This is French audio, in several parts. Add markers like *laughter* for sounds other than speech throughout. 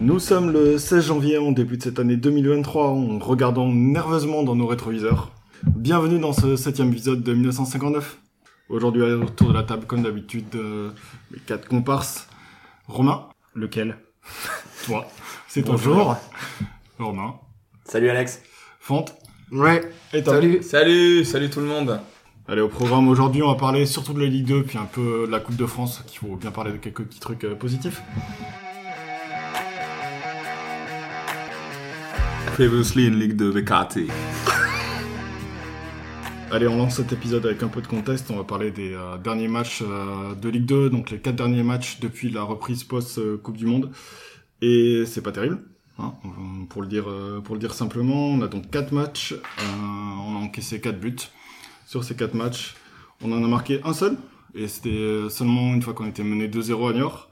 Nous sommes le 16 janvier, on débute cette année 2023 en regardant nerveusement dans nos rétroviseurs. Bienvenue dans ce septième épisode de 1959. Aujourd'hui, autour de la table, comme d'habitude, euh, les quatre comparses. Romain, Lequel *laughs* toi, c'est ton Bonjour. jour. Romain, Salut Alex. Fante Ouais, et Tom. salut. Salut, salut tout le monde. Allez, au programme aujourd'hui, on va parler surtout de la Ligue 2, puis un peu de la Coupe de France, qu'il faut bien parler de quelques petits trucs euh, positifs. Previously in Ligue de VKT. Allez, on lance cet épisode avec un peu de contexte. On va parler des euh, derniers matchs euh, de Ligue 2, donc les quatre derniers matchs depuis la reprise post euh, Coupe du Monde. Et c'est pas terrible, hein, on- pour le dire euh, pour le dire simplement. On a donc quatre matchs, euh, on a encaissé quatre buts. Sur ces quatre matchs, on en a marqué un seul, et c'était euh, seulement une fois qu'on était mené 2-0 à Niort,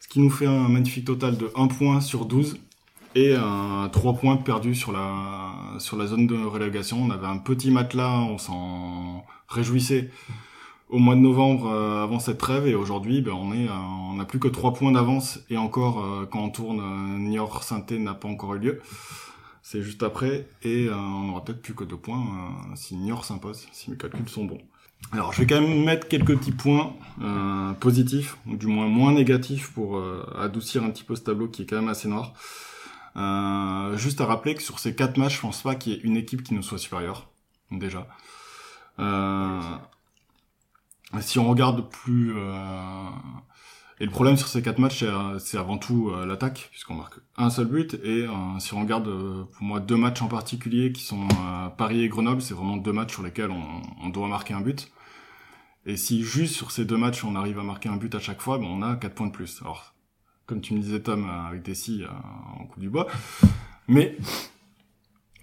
ce qui nous fait un magnifique total de 1 point sur 12 et un 3 points perdus sur la, sur la zone de relégation. On avait un petit matelas, on s'en réjouissait au mois de novembre euh, avant cette trêve et aujourd'hui ben, on est euh, on n'a plus que 3 points d'avance et encore euh, quand on tourne euh, Niort Sainté n'a pas encore eu lieu. C'est juste après et euh, on n'aura peut-être plus que 2 points euh, si Niort s'impose, si mes calculs sont bons. Alors je vais quand même mettre quelques petits points euh, positifs, ou du moins moins négatifs pour euh, adoucir un petit peu ce tableau qui est quand même assez noir. Euh, juste à rappeler que sur ces quatre matchs, je pense pas qu'il y ait une équipe qui nous soit supérieure, déjà. Euh, si on regarde plus... euh, Et le problème sur ces quatre matchs, c'est, euh, c'est avant tout euh, l'attaque, puisqu'on marque un seul but. Et euh, si on regarde, euh, pour moi, deux matchs en particulier qui sont euh, Paris et Grenoble, c'est vraiment deux matchs sur lesquels on, on doit marquer un but. Et si juste sur ces deux matchs, on arrive à marquer un but à chaque fois, ben, on a quatre points de plus. Alors, comme tu me disais Tom euh, avec des scies euh, en coupe du bois. Mais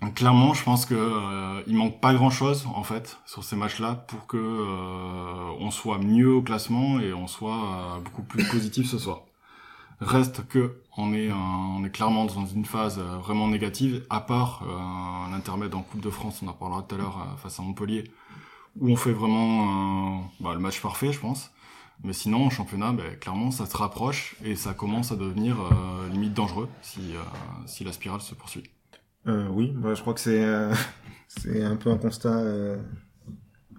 euh, clairement, je pense que euh, il manque pas grand chose en fait sur ces matchs-là pour que euh, on soit mieux au classement et on soit euh, beaucoup plus positif ce soir. Reste que on est euh, on est clairement dans une phase euh, vraiment négative. À part euh, l'intermède en Coupe de France, on en parlera tout à l'heure euh, face à Montpellier, où on fait vraiment euh, bah, le match parfait, je pense. Mais sinon, en championnat, ben, clairement, ça se rapproche et ça commence à devenir euh, limite dangereux si, euh, si la spirale se poursuit. euh, Oui, bah, je crois que c'est euh, *laughs* c'est un peu un constat euh,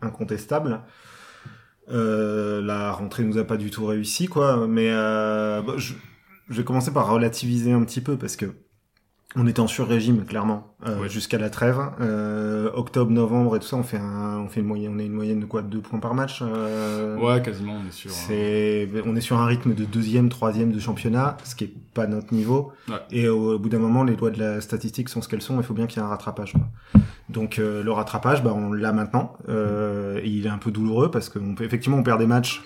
incontestable. Euh, la rentrée nous a pas du tout réussi, quoi. Mais euh, bah, je, je vais commencer par relativiser un petit peu parce que on était en sur-régime, clairement, euh, Ouais. jusqu'à la trêve. Euh, octobre, novembre et tout ça, on fait un, on fait une moyenne, on a une moyenne de quoi, de deux points par match. euh, Ouais, quasiment, on est sûr. hein. C'est, on est sur un rythme de deuxième, troisième de championnat, ce qui est pas notre niveau. Ouais. Et au, au bout d'un moment, les lois de la statistique sont ce qu'elles sont. Il faut bien qu'il y ait un rattrapage. quoi. Donc euh, le rattrapage, bah, on l'a maintenant. Euh, et il est un peu douloureux parce qu'on peut, effectivement, on perd des matchs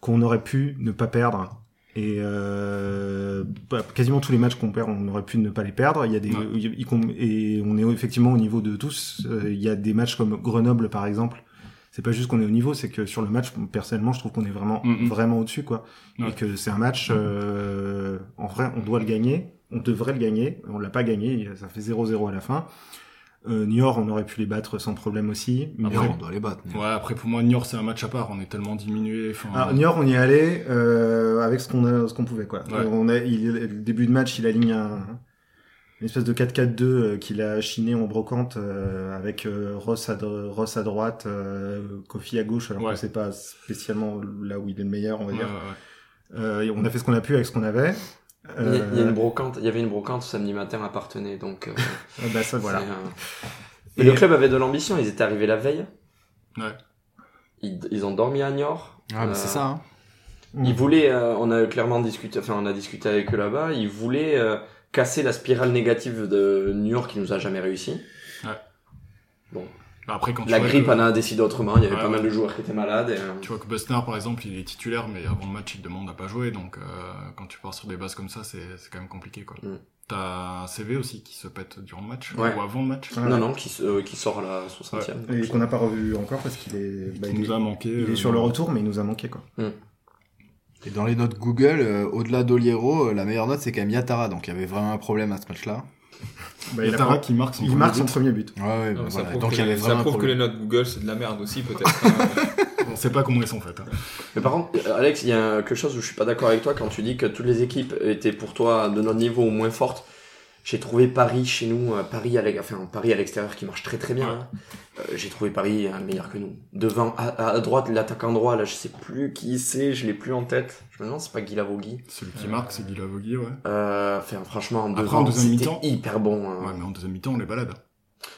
qu'on aurait pu ne pas perdre. Et euh, bah, quasiment tous les matchs qu'on perd, on aurait pu ne pas les perdre. Il y a des Ouais. il y a- il com- et on est effectivement au niveau de tous. Euh, Il y a des matchs comme Grenoble par exemple. C'est pas juste qu'on est au niveau, c'est que sur le match, personnellement, je trouve qu'on est vraiment Mhm. vraiment au-dessus quoi. Ouais. Et que c'est un match euh, en vrai, on doit le gagner, on devrait le gagner, on l'a pas gagné, ça fait 0-0 à la fin. Euh, Niort, on aurait pu les battre sans problème aussi. Mais Après, on doit les battre. mais- Ouais, après, pour moi, Niort, c'est un match à part. On est tellement diminué. enfin, Ah, Niort, on y allait euh, avec ce qu'on a- ce qu'on pouvait quoi. Ouais. Euh, On a, il, le début de match, il aligne un, une espèce de 4-4-2 euh, qu'il a chiné en brocante euh, avec euh, Ross, à, dro- Ross à droite, euh, Kofi à gauche, alors Ouais. que c'est pas spécialement là où il est le meilleur, on va ouais, dire. ouais, ouais. Euh, et on a fait ce qu'on a pu avec ce qu'on avait. Il y a- il y a Euh, une brocante, il y avait une brocante samedi matin à Partenay, donc euh, ah bah ça voilà. c'est un- Mais le club avait de l'ambition, ils étaient arrivés la veille. Ouais. Ils, ils ont dormi à Niort. Ah, bah, mais c'est Euh, ça. Hein. Mm. Ils voulaient, euh, on a clairement discuté, enfin on a discuté avec eux là-bas, ils voulaient euh, casser la spirale négative de New York qui nous a jamais réussi. Bah, Après, quand La tu vois grippe que, en a décidé autrement, il y avait Ouais, pas mal ouais. de joueurs qui étaient malades. et, euh, Tu vois que Besnard, par exemple, il est titulaire, mais avant le match, il demande à pas jouer. Donc, euh, quand tu pars sur des bases comme ça, c'est c'est quand même compliqué, quoi. Mm. T'as un CV aussi qui se pète durant le match Ouais. ou avant le match. Ouais. Non, non, qui, s- euh, qui sort à la 60e. Et qu'on n'a pas revu encore parce qu'il est, bah, Qui il nous est- a manqué. il euh, est sur le retour, mais il nous a manqué quoi. Et dans les notes Google, euh, au-delà d'Oliero, euh, la meilleure note c'est quand même Yatara, donc il y avait vraiment un problème à ce match-là. Bah, Il y a il a Tara pas- qui marque son il premier marque son but. premier but. Ouais, ouais, bah ça voilà. prouve, donc il y que, avait ça vraiment un prouve que les problème. *laughs* notes Google c'est de la merde aussi peut-être. hein. on sait pas comment ils sont faits. hein. Mais par contre, euh, Alex, il y a quelque chose où je suis pas d'accord avec toi quand tu dis que toutes les équipes étaient pour toi de notre niveau ou moins fortes. J'ai trouvé Paris chez nous, euh, Paris à l'ex- enfin, Paris à l'extérieur qui marche très très bien. hein. Euh, J'ai trouvé Paris euh, meilleur que nous. Devant, à, à droite, l'attaquant droit, là, je sais plus qui c'est, je l'ai plus en tête. Je me demande, c'est pas Guy Lavogui. Celui qui marque, c'est Guy Lavogui, ouais. Euh, enfin, franchement, en Après, devant, en deuxième c'était mi-temps- hyper bon. hein. Ouais, mais en deuxième mi-temps, on les balade.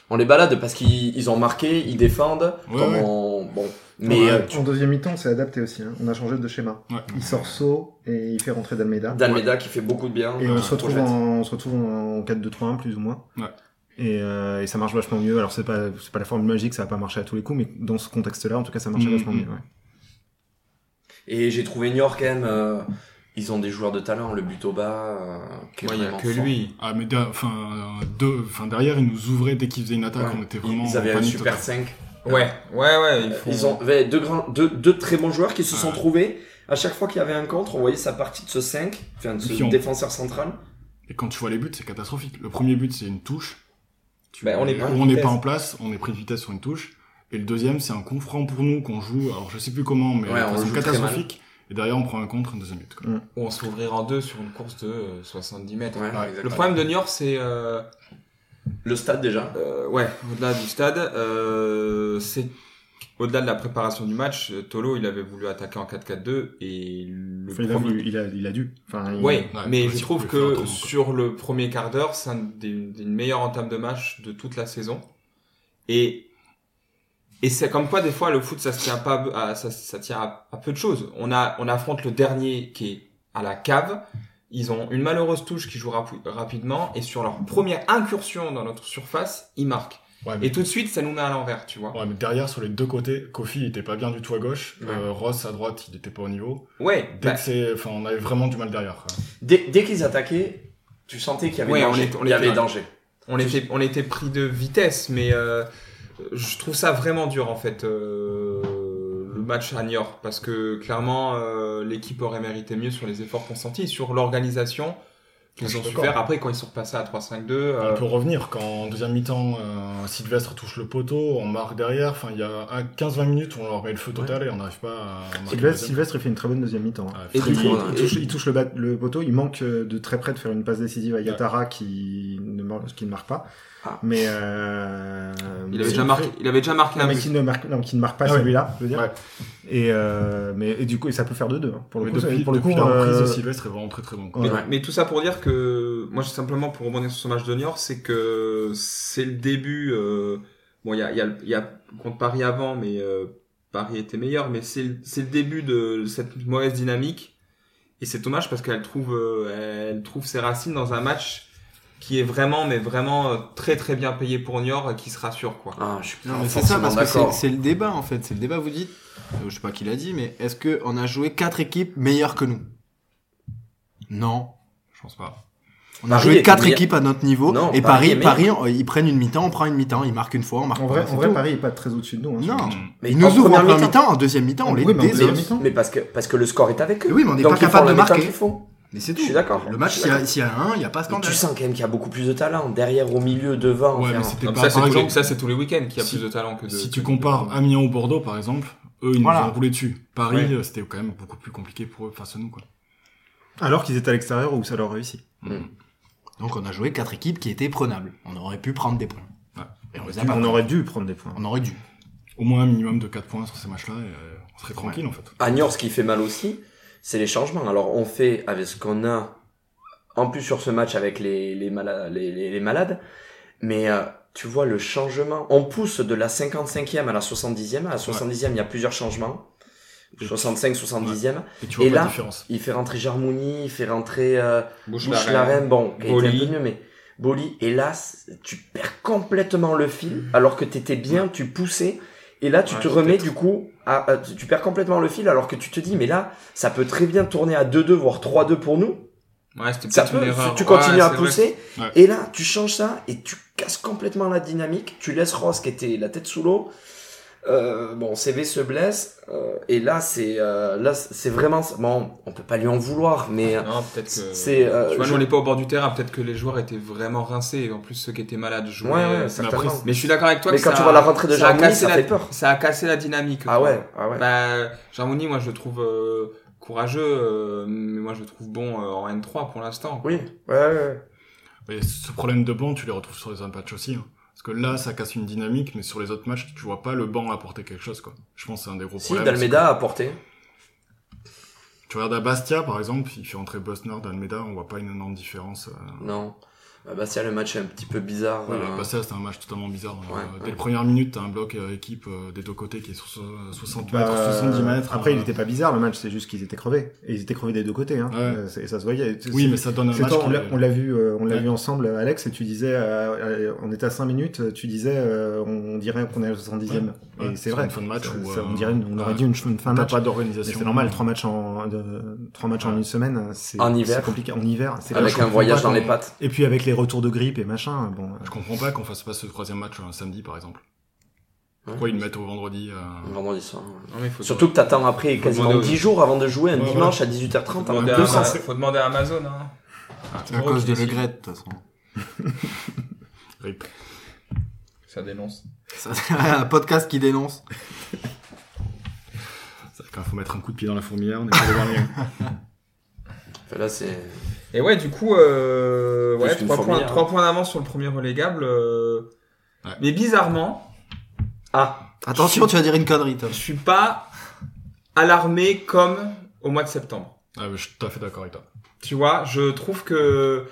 On les balade parce qu'ils ils ont marqué, ils défendent. Ouais, comme ouais. on- Bon, mais Ouais. euh, En deuxième mi-temps, c'est adapté aussi. hein. On a changé de schéma. Ouais. Il sort saut et il fait rentrer Dalmeida. D'Almeida qui fait beaucoup de bien. Et euh, on se, retrouve projette. en, on se retrouve en 4-2-3-1 plus ou moins. Ouais. Et, euh, et ça marche vachement mieux. Alors c'est pas c'est pas la formule magique, ça va pas marcher à tous les coups, mais dans ce contexte-là, en tout cas, ça marchait Mhm. vachement mieux. ouais. Et j'ai trouvé New York quand même. euh, ils ont des joueurs de talent, le but au bas. euh, qui est Moi, il y a vraiment que fort. lui. Ah, mais der- enfin, euh, deux- enfin, derrière, ils nous ouvraient dès qu'ils faisaient une attaque, Ouais. on était vraiment. Ils avaient en un panique super Tota. totale. 5. Ouais, ouais, ouais. Ils, Ils, font- ont avaient deux, grands, deux, deux très bons joueurs qui se sont Ouais. trouvés. À chaque fois qu'il y avait un contre, on voyait sa partie de ce 5, enfin de ce Et puis on- défenseur central. Et quand tu vois les buts, c'est catastrophique. Le premier but, c'est une touche. Tu- Ben, on est où pris de on n'est pas vitesse. en place, on est pris de vitesse sur une touche. Et le deuxième, c'est un coup franc pour nous qu'on joue, alors je sais plus comment, mais Ouais, de on façon joue très catastrophique. Et derrière, on prend un contre, un deuxième but. quoi. où on se ouvrir en deux sur une course de euh, 70 mètres. Ouais, Ouais. Le exactement. problème de New York, c'est. euh, Le stade déjà. euh, ouais, au-delà du stade, euh, c'est. Au-delà de la préparation du match, euh, Tolo, il avait voulu attaquer en 4-4-2 et le Enfin, il, a, premier- voulu- il, a, il a dû. Enfin, il- Ouais, Ouais, mais parce je qu'il trouve pouvait faire que autrement, quoi. sur le premier quart d'heure, c'est un des, des meilleures entames de match de toute la saison. Et, et c'est comme quoi, des fois, le foot, ça se tient pas, à, ça, ça tient à, à peu de choses. On a, on affronte le dernier qui est à la cave. Ils ont une malheureuse touche qui joue rapi- rapidement et sur leur première incursion dans notre surface, ils marquent. Ouais, mais, Et tout de suite, ça nous met à l'envers, tu vois. ouais, mais derrière, sur les deux côtés, Kofi il était pas bien du tout à gauche. Ouais. euh, Ross à droite, il était pas au niveau. euh, Ouais, Dès bah, que c'est, enfin, on avait vraiment du mal derrière. quoi. Dès, dès qu'ils attaquaient, tu sentais qu'il y avait Ouais, on danger. est- on Il y est- avait ouais. danger. on était, on était pris de vitesse, mais euh, je trouve ça vraiment dur en fait euh, le match à Niort parce que clairement euh, l'équipe aurait mérité mieux sur les efforts consentis, sur l'organisation Je qu'ils suis ont su d'accord. Ah, faire après quand ils sont repassés à 3-5-2. On euh, peut revenir quand en deuxième mi-temps, euh, Sylvestre touche le poteau, on marque derrière. Enfin, il y a un- 15-20 minutes, on leur met le feu total et on n'arrive pas à. marquer le Sylvestre, deuxième. Sylvestre, il fait une très bonne deuxième mi-temps. hein. Ah, Et Freddy, du coup, on a- Il touche, il touche le, bat- le poteau, il manque euh, de très près de faire une passe décisive à Yatara qui, ne mar- qui ne marque pas. Ah. Mais, euh, il, mais- avait déjà marqué, il avait déjà marqué Non, un mais but. qui ne marque, non, qui ne marque pas Ah ouais. celui-là, je veux dire. Ouais. Et, euh, mais, et du coup, et ça peut faire 2-2. hein. Pour le Mais coup, ça- depuis, pour le depuis coup, la reprise, euh, Sylvestre est vraiment très très bon. quoi. Ouais. Mais, mais tout ça pour dire que moi, simplement pour rebondir sur ce match de Niort, c'est que c'est le début. euh, bon, il y a, il y, a, le- il y a contre Paris avant, mais euh, Paris était meilleur. Mais c'est le- c'est le début de cette mauvaise dynamique. Et c'est dommage parce qu'elle trouve, euh, elle trouve ses racines dans un match qui est vraiment, mais vraiment euh, très très bien payé pour Niort, euh, qui se rassure quoi. Ah, je suis Non, mais pas c'est ça, forcément parce que c'est- d'accord. c'est le débat en fait. C'est le débat, vous dites, euh, je sais pas qui l'a dit, mais est-ce qu'on a joué quatre équipes meilleures que nous Non. Je pense pas. On Paris a joué est quatre meilleur. équipes à notre niveau. Non, et Paris, Paris Paris, est euh, ils prennent une mi-temps, on prend une mi-temps, ils marquent une fois, on marque en vrai, pas, en c'est vrai tout. Paris est pas très au-dessus de nous. hein. Non. Mm. Ils nous en ouvrent en première première mi-temps- mi-temps, en deuxième mi-temps, on Oui, les mais en deuxième désolé. mi-temps. Mais parce que, parce que le score est avec eux. Oui, mais on n'est Donc pas ils font capable la de mi-temps marquer. qu'ils font. Mais c'est tout. Je suis d'accord. Le Je match, suis s'il y, a- d'accord. s'il y a un, il n'y a pas Mais scandale. tu sens quand même qu'il y a beaucoup plus de talent derrière, au milieu, devant. Ouais, enfin, mais c'était Donc pas. ça, c'est Par tous, les- exemple, ça, c'est tous les week-ends qu'il y a si- plus de talent que de. si tu que- compares Amiens ou Bordeaux, par exemple, eux, ils Voilà. nous ont roulé dessus. Paris, Ouais. euh, c'était quand même beaucoup plus compliqué pour eux face à nous. Quoi. Alors qu'ils étaient à l'extérieur où ça leur réussit. Donc on a joué quatre équipes qui étaient prenables. On aurait pu prendre des points. Ouais. Et on les a pas On pris. aurait dû prendre des points. On aurait dû. Au moins un minimum de 4 points sur ces matchs-là, et euh, on serait tranquille en fait. À Niort, ce qui fait mal aussi, c'est les changements. Alors, on fait avec ce qu'on a, en plus sur ce match avec les, les, malades, les, les- les malades. Mais euh, tu vois le changement. On pousse de la 55e à la 70e. À la 70e, il y a plusieurs changements. 65, 70e. Et tu vois Et pas là- la différence. Il fait rentrer Jarmouni, il fait rentrer euh, Bouche Bouchelaren, bon, qui a été un Boli. peu mieux, mais Boli, et là, c'est- tu perds complètement le fil, alors que t'étais bien, tu poussais, et là, tu Ouais, te remets peut-être. du coup, à, à- tu tu perds complètement le fil, alors que tu te dis, mais là, ça peut très bien tourner à 2-2, voire 3-2 pour nous, Ouais, c'était ça peut-être une peut, erreur. tu continues Ouais, à c'est vrai. pousser, Ouais. et là, tu changes ça, et tu casses complètement la dynamique, tu laisses Ross qui était la tête sous l'eau, Euh, bon, CV se blesse euh, et là c'est euh, là c'est vraiment bon, on peut pas lui en vouloir, mais euh, Non, peut-être que. c'est euh, Tu vois, je- nous, on n'est pas au bord du terrain. Peut-être que les joueurs étaient vraiment rincés. Et en plus, ceux qui étaient malades jouaient. Ouais, ouais, euh, certainement. mais je suis d'accord avec toi. Mais que quand ça- tu vois la rentrée de ça a Jarmouni, cassé ça la- fait peur. Ça a cassé la dynamique. Ah quoi. ouais, ah ouais. Bah, Jarmouni, moi, je le trouve euh, courageux, euh, mais moi, je le trouve bon euh, en N3 pour l'instant. oui, ouais, ouais, ouais. Mais ce problème de banc, tu les retrouves sur les autres matchs aussi. hein. Parce que là, ça casse une dynamique, mais sur les autres matchs, tu vois pas le banc apporter quelque chose. quoi. Je pense que c'est un des gros Si problèmes. Dalmeda a apporté. Tu regardes à Bastia, par exemple, il fait entrer Bosner, Dalmeda, on voit pas une énorme différence. euh. Non. Bah, Bastia, le match est un petit peu bizarre. Ouais, euh, Bastia, c'était un match totalement bizarre. hein. Ouais, Euh, Dès ouais. les premières minutes, t'as un bloc euh, équipe euh, des deux côtés qui est sur so- 60 mètres, Bah, 70 mètres. Après, euh, il était pas bizarre le match, c'est juste qu'ils étaient crevés. Et ils étaient crevés des deux côtés, hein. Ouais. Euh, c'est- et ça se voyait. C'est- Oui, mais ça donne un c'est match. toi, on qui- l'a- on l'a vu, euh, on l'a Ouais. vu ensemble, Alex, et tu disais, euh, euh, on était à 5 minutes, tu disais, euh, on, on dirait qu'on est à la 70e. Ouais, et c'est sur vrai. une fin de match Ça- où, ça, euh, on dirait, une- on aurait ouais. dit une, ch- une fin de T'as match. pas Mais d'organisation. c'est normal, trois matchs en, de- trois matchs en Ouais. une semaine, c'est En hiver. c'est compliqué. En hiver, c'est avec je un comprends voyage pas dans les qu'on- pattes. Et puis avec les retours de grippe et machin, bon. euh, Je comprends pas qu'on fasse pas ce troisième match un samedi, par exemple. Ouais. Pourquoi ils le mettent au vendredi euh, Vendredi soir. ouais. Non, mais faut Surtout que t'attends après quasiment demander aux- 10 jours avant de jouer un Ouais, dimanche à faut 18h30. demander, en à, plus, hein. Ama- ça- faut demander à Amazon. Hein. À cause de Le Gret, de toute façon. rip. Ça dénonce. Ça, c'est un podcast qui dénonce. C'est-à-dire qu'il faut mettre un coup de pied dans la fourmilière, on est pas les derniers. *laughs* Enfin, Là, c'est. Et ouais, du coup, euh, Plus ouais, qu'une 3 points, fourmilière. trois points d'avance sur le premier relégable. euh, Ouais. Mais bizarrement, Ah, Attention, tu vas dire une connerie, Tom. je suis pas alarmé comme au mois de septembre. Ah, mais je suis tout à fait d'accord avec toi. Tu vois, je trouve que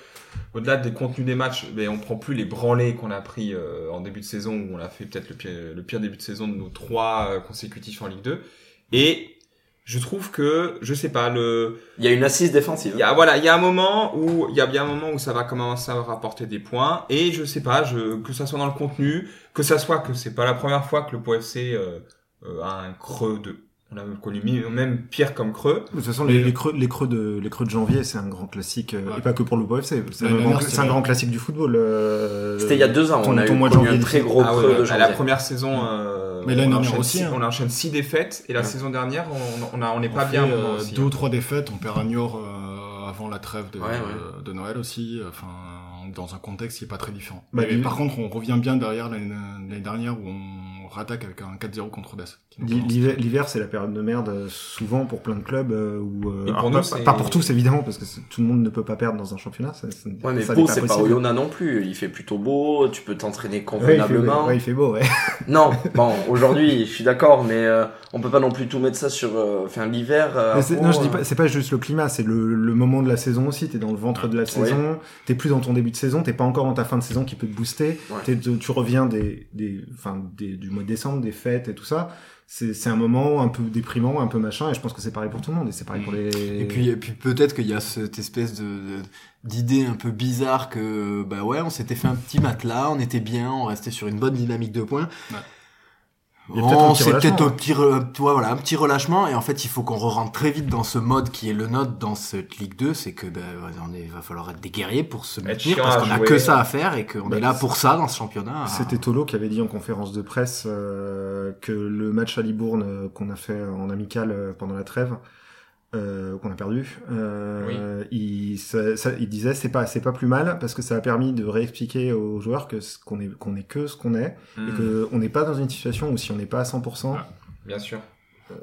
au-delà des contenus des matchs, mais on prend plus les branlées qu'on a pris euh, en début de saison où on a fait peut-être le pire, le pire début de saison de nos trois euh, consécutifs en Ligue 2. Et je trouve que, je sais pas, le, il y a une assise défensive. il y a voilà, il y a un moment où il y a bien un moment où ça va commencer à rapporter des points. Et je sais pas, je, que ça soit dans le contenu, que ça soit que c'est pas la première fois que le POFC euh, euh, a un creux de, on a connu mi- même pire comme creux. De toute façon, les, les creux, les, creux de, les creux de janvier, c'est un grand classique, euh, Ouais. et pas que pour le POFC. C'est un, L'année grand- dernière, c'est c'est- un grand classique du football. euh, C'était il y a deux ans, ton- on a eu ton mois de connu un janvier, très c'est- gros Ah ouais, creux de à janvier. la première saison, euh, Mais l'année on, dernière enchaîne aussi, six- hein. on enchaîne six défaites et la saison dernière, on, on, a- on n'est On pas fait, bien. au euh, moment aussi, deux hein. ou trois défaites, on perd à Niort euh, avant la trêve de, Ouais, ouais. euh, de Noël aussi, enfin, dans un contexte qui est pas très différent. Bah, Mais dis- par contre, on revient bien derrière l'année l'année dernière où on rattaque avec un 4-0 contre Das. qui nous L'hi- commence. L'hiver, l'hiver, c'est la période de merde, euh, souvent pour plein de clubs. euh, Où, euh, Et pour alors, nous, pas- c'est- pas, pour tous, évidemment, parce que c'est- tout le monde ne peut pas perdre dans un championnat. Ça, ça- Ouais, mais ça n'est Pau, c'est pas possible. Oyonnax non plus. Il fait plutôt beau, tu peux t'entraîner Ouais, il fait, convenablement. ouais, il fait beau, ouais. Non, bon, aujourd'hui, je suis d'accord, mais euh, on peut pas non plus tout mettre ça sur euh, enfin, l'hiver. euh, Mais c'est- oh, non, je dis euh, pas, c'est pas juste le climat, c'est le, le moment de la saison aussi. T'es dans le ventre de la saison, t'es plus dans ton début de saison, t'es pas encore dans ta fin de saison qui peut te booster. Ouais. T'es- tu- tu reviens des, des, enfin, des- du mois de décembre, des fêtes et tout ça. C'est c'est un moment un peu déprimant, un peu machin, et je pense que c'est pareil pour tout le monde, et c'est pareil pour les. Et puis, et puis peut-être qu'il y a cette espèce de de- d'idée un peu bizarre que bah ouais, on s'était fait un petit matelas, on était bien, on restait sur une bonne dynamique de points. Ouais. Il y a peut-être un On petit s'est peut-être relâchement, au petit, re- tu vois, voilà, un petit relâchement et en fait il faut qu'on re rentre très vite dans ce mode qui est le nôtre dans cette Ligue 2, c'est que bah, on est, va falloir être des guerriers pour se maintenir chiant parce à qu'on a jouer. que ça à faire et qu'on Bah, est là pour ça dans ce championnat. hein. C'était Tolo qui avait dit en conférence de presse euh, que le match à Libourne euh, qu'on a fait en amical euh, pendant la trêve, euh, qu'on a perdu, euh, il, ça- ça- il disait c'est pas c'est pas plus mal parce que ça a permis de réexpliquer aux joueurs que ce qu'on est qu'on est que ce qu'on est et Mm, que on n'est pas dans une situation où si on n'est pas à 100%, Ah. Bien sûr. euh,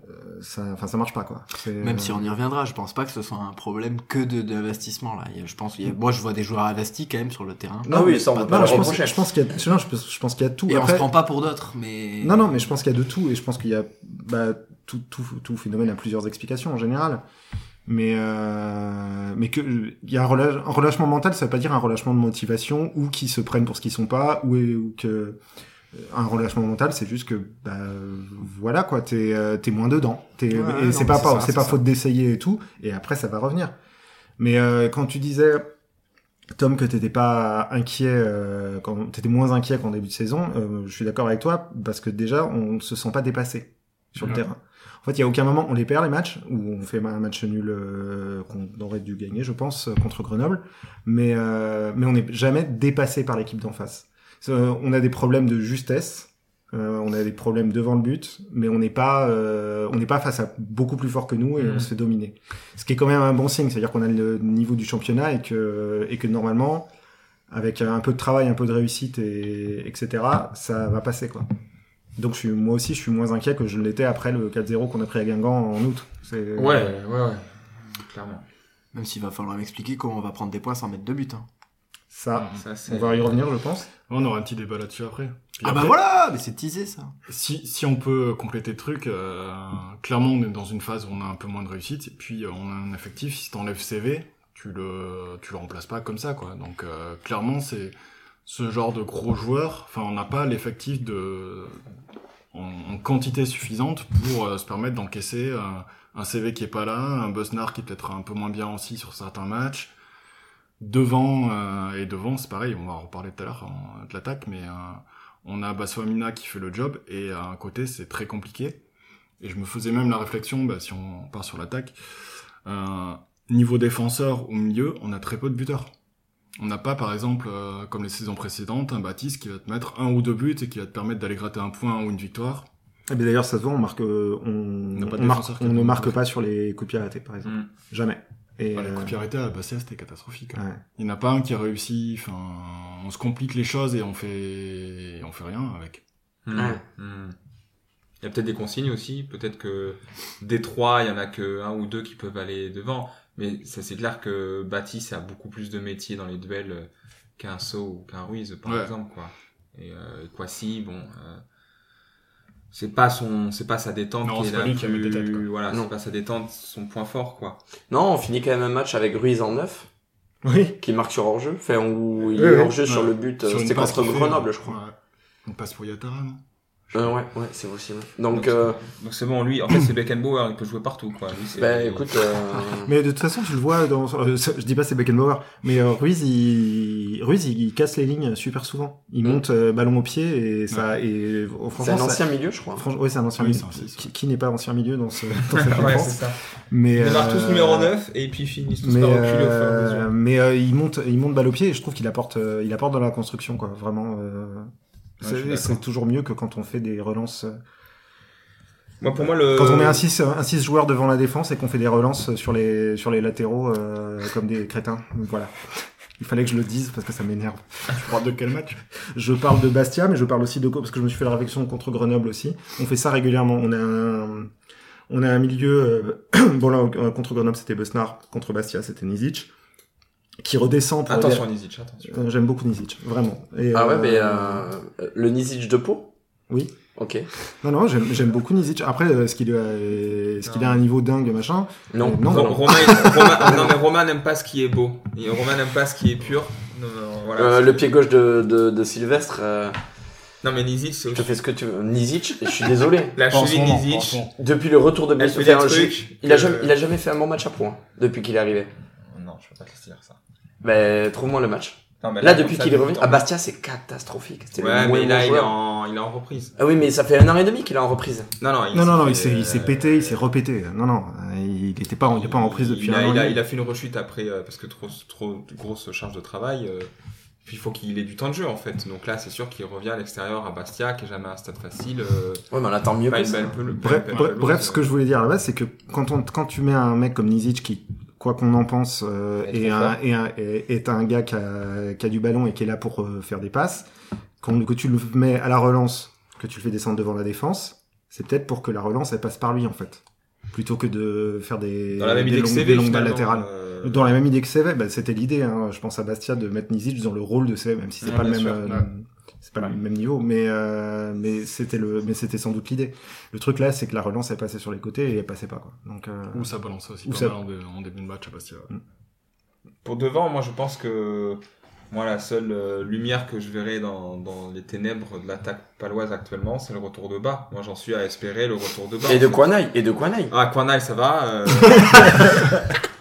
ça enfin ça marche pas quoi. C'est- euh, Même si on y reviendra, je pense pas que ce soit un problème que de d'investissement là. Il y a- Je pense, Mm. il y a- moi je vois des joueurs investis quand même sur le terrain. Ah oui, ça, on peut pas non, le je pense, reprocher. je pense qu'il y a non, je pense- je pense qu'il y a tout. Et on Après- se prend pas pour d'autres, mais. Non, non, mais je pense qu'il y a de tout, et je pense qu'il y a bah, tout, tout, tout phénomène a plusieurs explications en général. Mais euh, mais que il y a un, relâche- un relâchement mental, ça veut pas dire un relâchement de motivation ou qui se prennent pour ce qu'ils sont pas ou, ou que euh, un relâchement mental, c'est juste que bah voilà quoi, t'es euh, t'es moins dedans, t'es Ouais, et ouais, c'est non, pas mais c'est pas- ça, c'est c'est pas ça. faute d'essayer et tout, et après ça va revenir. Mais euh, quand tu disais Tom, que t'étais pas inquiet, euh, quand t'étais moins inquiet qu'en début de saison, euh, je suis d'accord avec toi parce que déjà on se sent pas dépassé sur le Ouais. terrain. En fait, il y a aucun moment on les perd les matchs où on fait un match nul euh, qu'on aurait dû gagner, je pense, euh, contre Grenoble, mais euh, mais on n'est jamais dépassé par l'équipe d'en face. Euh, on a des problèmes de justesse Euh, on a des problèmes devant le but, mais on n'est pas, euh, on n'est pas face à beaucoup plus fort que nous et Mhm. on se fait dominer. Ce qui est quand même un bon signe, c'est-à-dire qu'on a le niveau du championnat et que, et que normalement, avec un peu de travail, un peu de réussite et etc, ça va passer quoi. Donc je suis, moi aussi, je suis moins inquiet que je l'étais après le 4-0 qu'on a pris à Guingamp en août. C'est- Ouais, ouais, ouais. Mm. Clairement. Même s'il va falloir m'expliquer comment on va prendre des points sans mettre de but. Hein. ça, Ça, c'est- on va y revenir, je pense. On aura un petit débat là-dessus après. Puis Ah bah après, voilà, mais c'est teasé ça. Si, si on peut compléter le truc, euh, clairement on est dans une phase où on a un peu moins de réussite, et puis euh, on a un effectif, si t'enlèves CV, tu le, tu le remplaces pas comme ça, quoi. Donc euh, clairement c'est ce genre de gros joueur, enfin on n'a pas l'effectif de en, en quantité suffisante pour euh, se permettre d'encaisser euh, un CV qui est pas là, un Bosnard qui est peut-être un peu moins bien aussi sur certains matchs. Devant euh, et devant, c'est pareil, on va en reparler tout à l'heure en- de l'attaque, mais euh, on a Bassoamina qui fait le job et à un côté c'est très compliqué. Et je me faisais même la réflexion, bah, si on part sur l'attaque, euh, niveau défenseur au milieu, on a très peu de buteurs. On n'a pas par exemple, euh, comme les saisons précédentes, un Baptiste qui va te mettre un ou deux buts et qui va te permettre d'aller gratter un point ou une victoire. Et bien d'ailleurs, ça se voit, on marque, euh, on, n'a pas de on marque- défenseur qui on ne a- marque pas sur les coups de pied arrêtés, par exemple. Mm. Jamais. Et, Ah, les euh, coups de pied arrêtés à la Bastia, c'était catastrophique. hein. ouais. Il n'y en a pas un qui a réussi. Enfin, on se complique les choses et on fait, on fait rien avec. Hmm, Ouais. hmm. Il y a peut-être des consignes aussi. Peut-être que des trois, il y en a que un ou deux qui peuvent aller devant. Mais ça, c'est clair que Baptiste a beaucoup plus de métier dans les duels euh, qu'un Saut ou qu'un Ruiz, par Ouais. exemple, quoi. Et, euh, et Kwasi, bon, euh, c'est pas son, c'est pas sa détente Non, qui est, c'est la pas lui qui a mis des têtes, quoi. voilà, Non. c'est pas sa détente, son point fort, quoi. Non, on finit quand même un match avec Ruiz en neuf, Oui. qui marque sur hors-jeu. Enfin, où il Oui, est oui. hors-jeu sur Ouais. le but. euh, Sur une C'était passe contre qu'il fait, Grenoble, euh, je crois. ouais. On passe pour Yatara, non Euh, ouais, ouais, c'est possible. Donc, Donc, euh, Donc c'est bon, lui, en fait, c'est Beckenbauer, il peut jouer partout, quoi. Lui, c'est- bah, il- écoute, euh, Mais de toute façon, tu le vois dans. euh, je dis pas c'est Beckenbauer, mais euh, Ruiz, il... Ruiz, il, il casse les lignes super souvent. Il Mm. monte euh, ballon au pied et ça. Et euh, c'est franchement, un ça- ancien milieu, je crois. franch- ouais, Ah c'est un ancien Oui, milieu. c'est un six, Qui, qui n'est pas ancien milieu dans, *laughs* ce, dans cette ouais, défense. c'est ça. mais, Ils démarrent euh, tous numéro 9 et puis ils finissent tous Mais, par reculer au fur et à mesure. euh, mais euh, il monte, il monte balle au pied et je trouve qu'il apporte, euh, il apporte dans la construction quoi, vraiment. euh, je suis c'est- d'accord. c'est toujours mieux que quand on fait des relances. euh, Moi, pour moi, le. Quand on Euh, met un 6 un six joueurs devant la défense et qu'on fait des relances sur les sur les latéraux euh, comme des crétins, Donc, voilà. Il fallait que je le dise parce que ça m'énerve. Ah, Tu parles de quel match Je parle de Bastia, mais je parle aussi de Co- parce que je me suis fait la réflexion contre Grenoble aussi. On fait ça régulièrement. On a un, on a un milieu. euh, *clears throat* bon là, euh, contre Grenoble c'était Besnard, contre Bastia c'était Nizic, qui redescend. pour- Attention, Nizic, attention. Euh, J'aime beaucoup Nizic, vraiment. Et, Ah ouais, euh, mais euh, le Nisic de Pau Oui. Ok. Non, non, j'aime j'aime beaucoup Nizic. Après, euh, est-ce qu'il est, euh, est-ce qu'il a un niveau dingue, machin Non. Euh, Non, Ro- non. Romain, *laughs* Romain- ah, non, mais Romain n'aime pas ce qui est beau. Et Romain n'aime pas ce qui est pur. Non, non, voilà. Euh, le pied gauche de, de, de Sylvestre, euh, non mais Nizic, c'est je te fais ce que tu veux. Nisic, je *laughs* suis désolé. la Pas en ce cheville moment, pas en ce Nizic. moment. Depuis le retour de Elle Messi, fait des enfin, je- trucs. il, a que- jamais, il a jamais fait un bon match à point depuis qu'il est arrivé. Non, je peux pas te laisser dire ça. Mais trouve-moi le match. Non, mais Là, comme depuis ça, qu'il est revenu, temps. à Bastia, c'est catastrophique. C'était Ouais, le moins mais bon là, il est, joueur. en, il est en reprise. Ah oui, mais ça fait un an et demi qu'il est en reprise. Non, non, il Non, non, non, il fait, s'est il s'est euh, pété, il s'est repété. Non, non, euh, il était pas, en- il est pas en prise depuis il a, un an. il, a, et demi. il a fait une rechute après, euh, parce que trop, trop grosse charge de travail. euh, puis il faut qu'il ait du temps de jeu, en fait. Donc là, c'est sûr qu'il revient à l'extérieur, à Bastia, qui est jamais un stade facile. euh, Ouais, mais on attend mieux pas que une ça. belle pelouse, pas Bref, une belle bref, pelouse, bref, ce euh. que je voulais dire à la base, c'est que quand, on, quand tu mets un mec comme Nizic qui, quoi qu'on en pense, euh, Est est, trop un, fort. est, un- est- est un gars qui a, qui a du ballon et qui est là pour euh, faire des passes, quand, que tu le mets à la relance, que tu le fais descendre devant la défense, c'est peut-être pour que la relance elle passe par lui en fait, plutôt que de faire des, dans la même des idée que longues, CV, des longues balles finalement, latérales. euh, Dans la même idée que CV, bah, c'était l'idée. hein. Je pense à Bastia de mettre Nizic dans le rôle de CV, même si c'est Ouais, pas le bien même, sûr, euh, ouais. c'est pas le même niveau, mais euh, mais c'était le, mais c'était sans doute l'idée. Le truc là, c'est que la relance est passée sur les côtés et elle passait pas quoi. Donc euh, Ou ça balance aussi Ou pas ça- mal en, dé- en début de match à Bastia. pour devant, moi je pense que moi la seule euh, lumière que je verrai dans, dans les ténèbres de l'attaque paloise actuellement, c'est le retour de bas. Moi j'en suis à espérer le retour de bas. Et de Kwanai, et de Kwanai. Ah, Kwanai, ça va euh,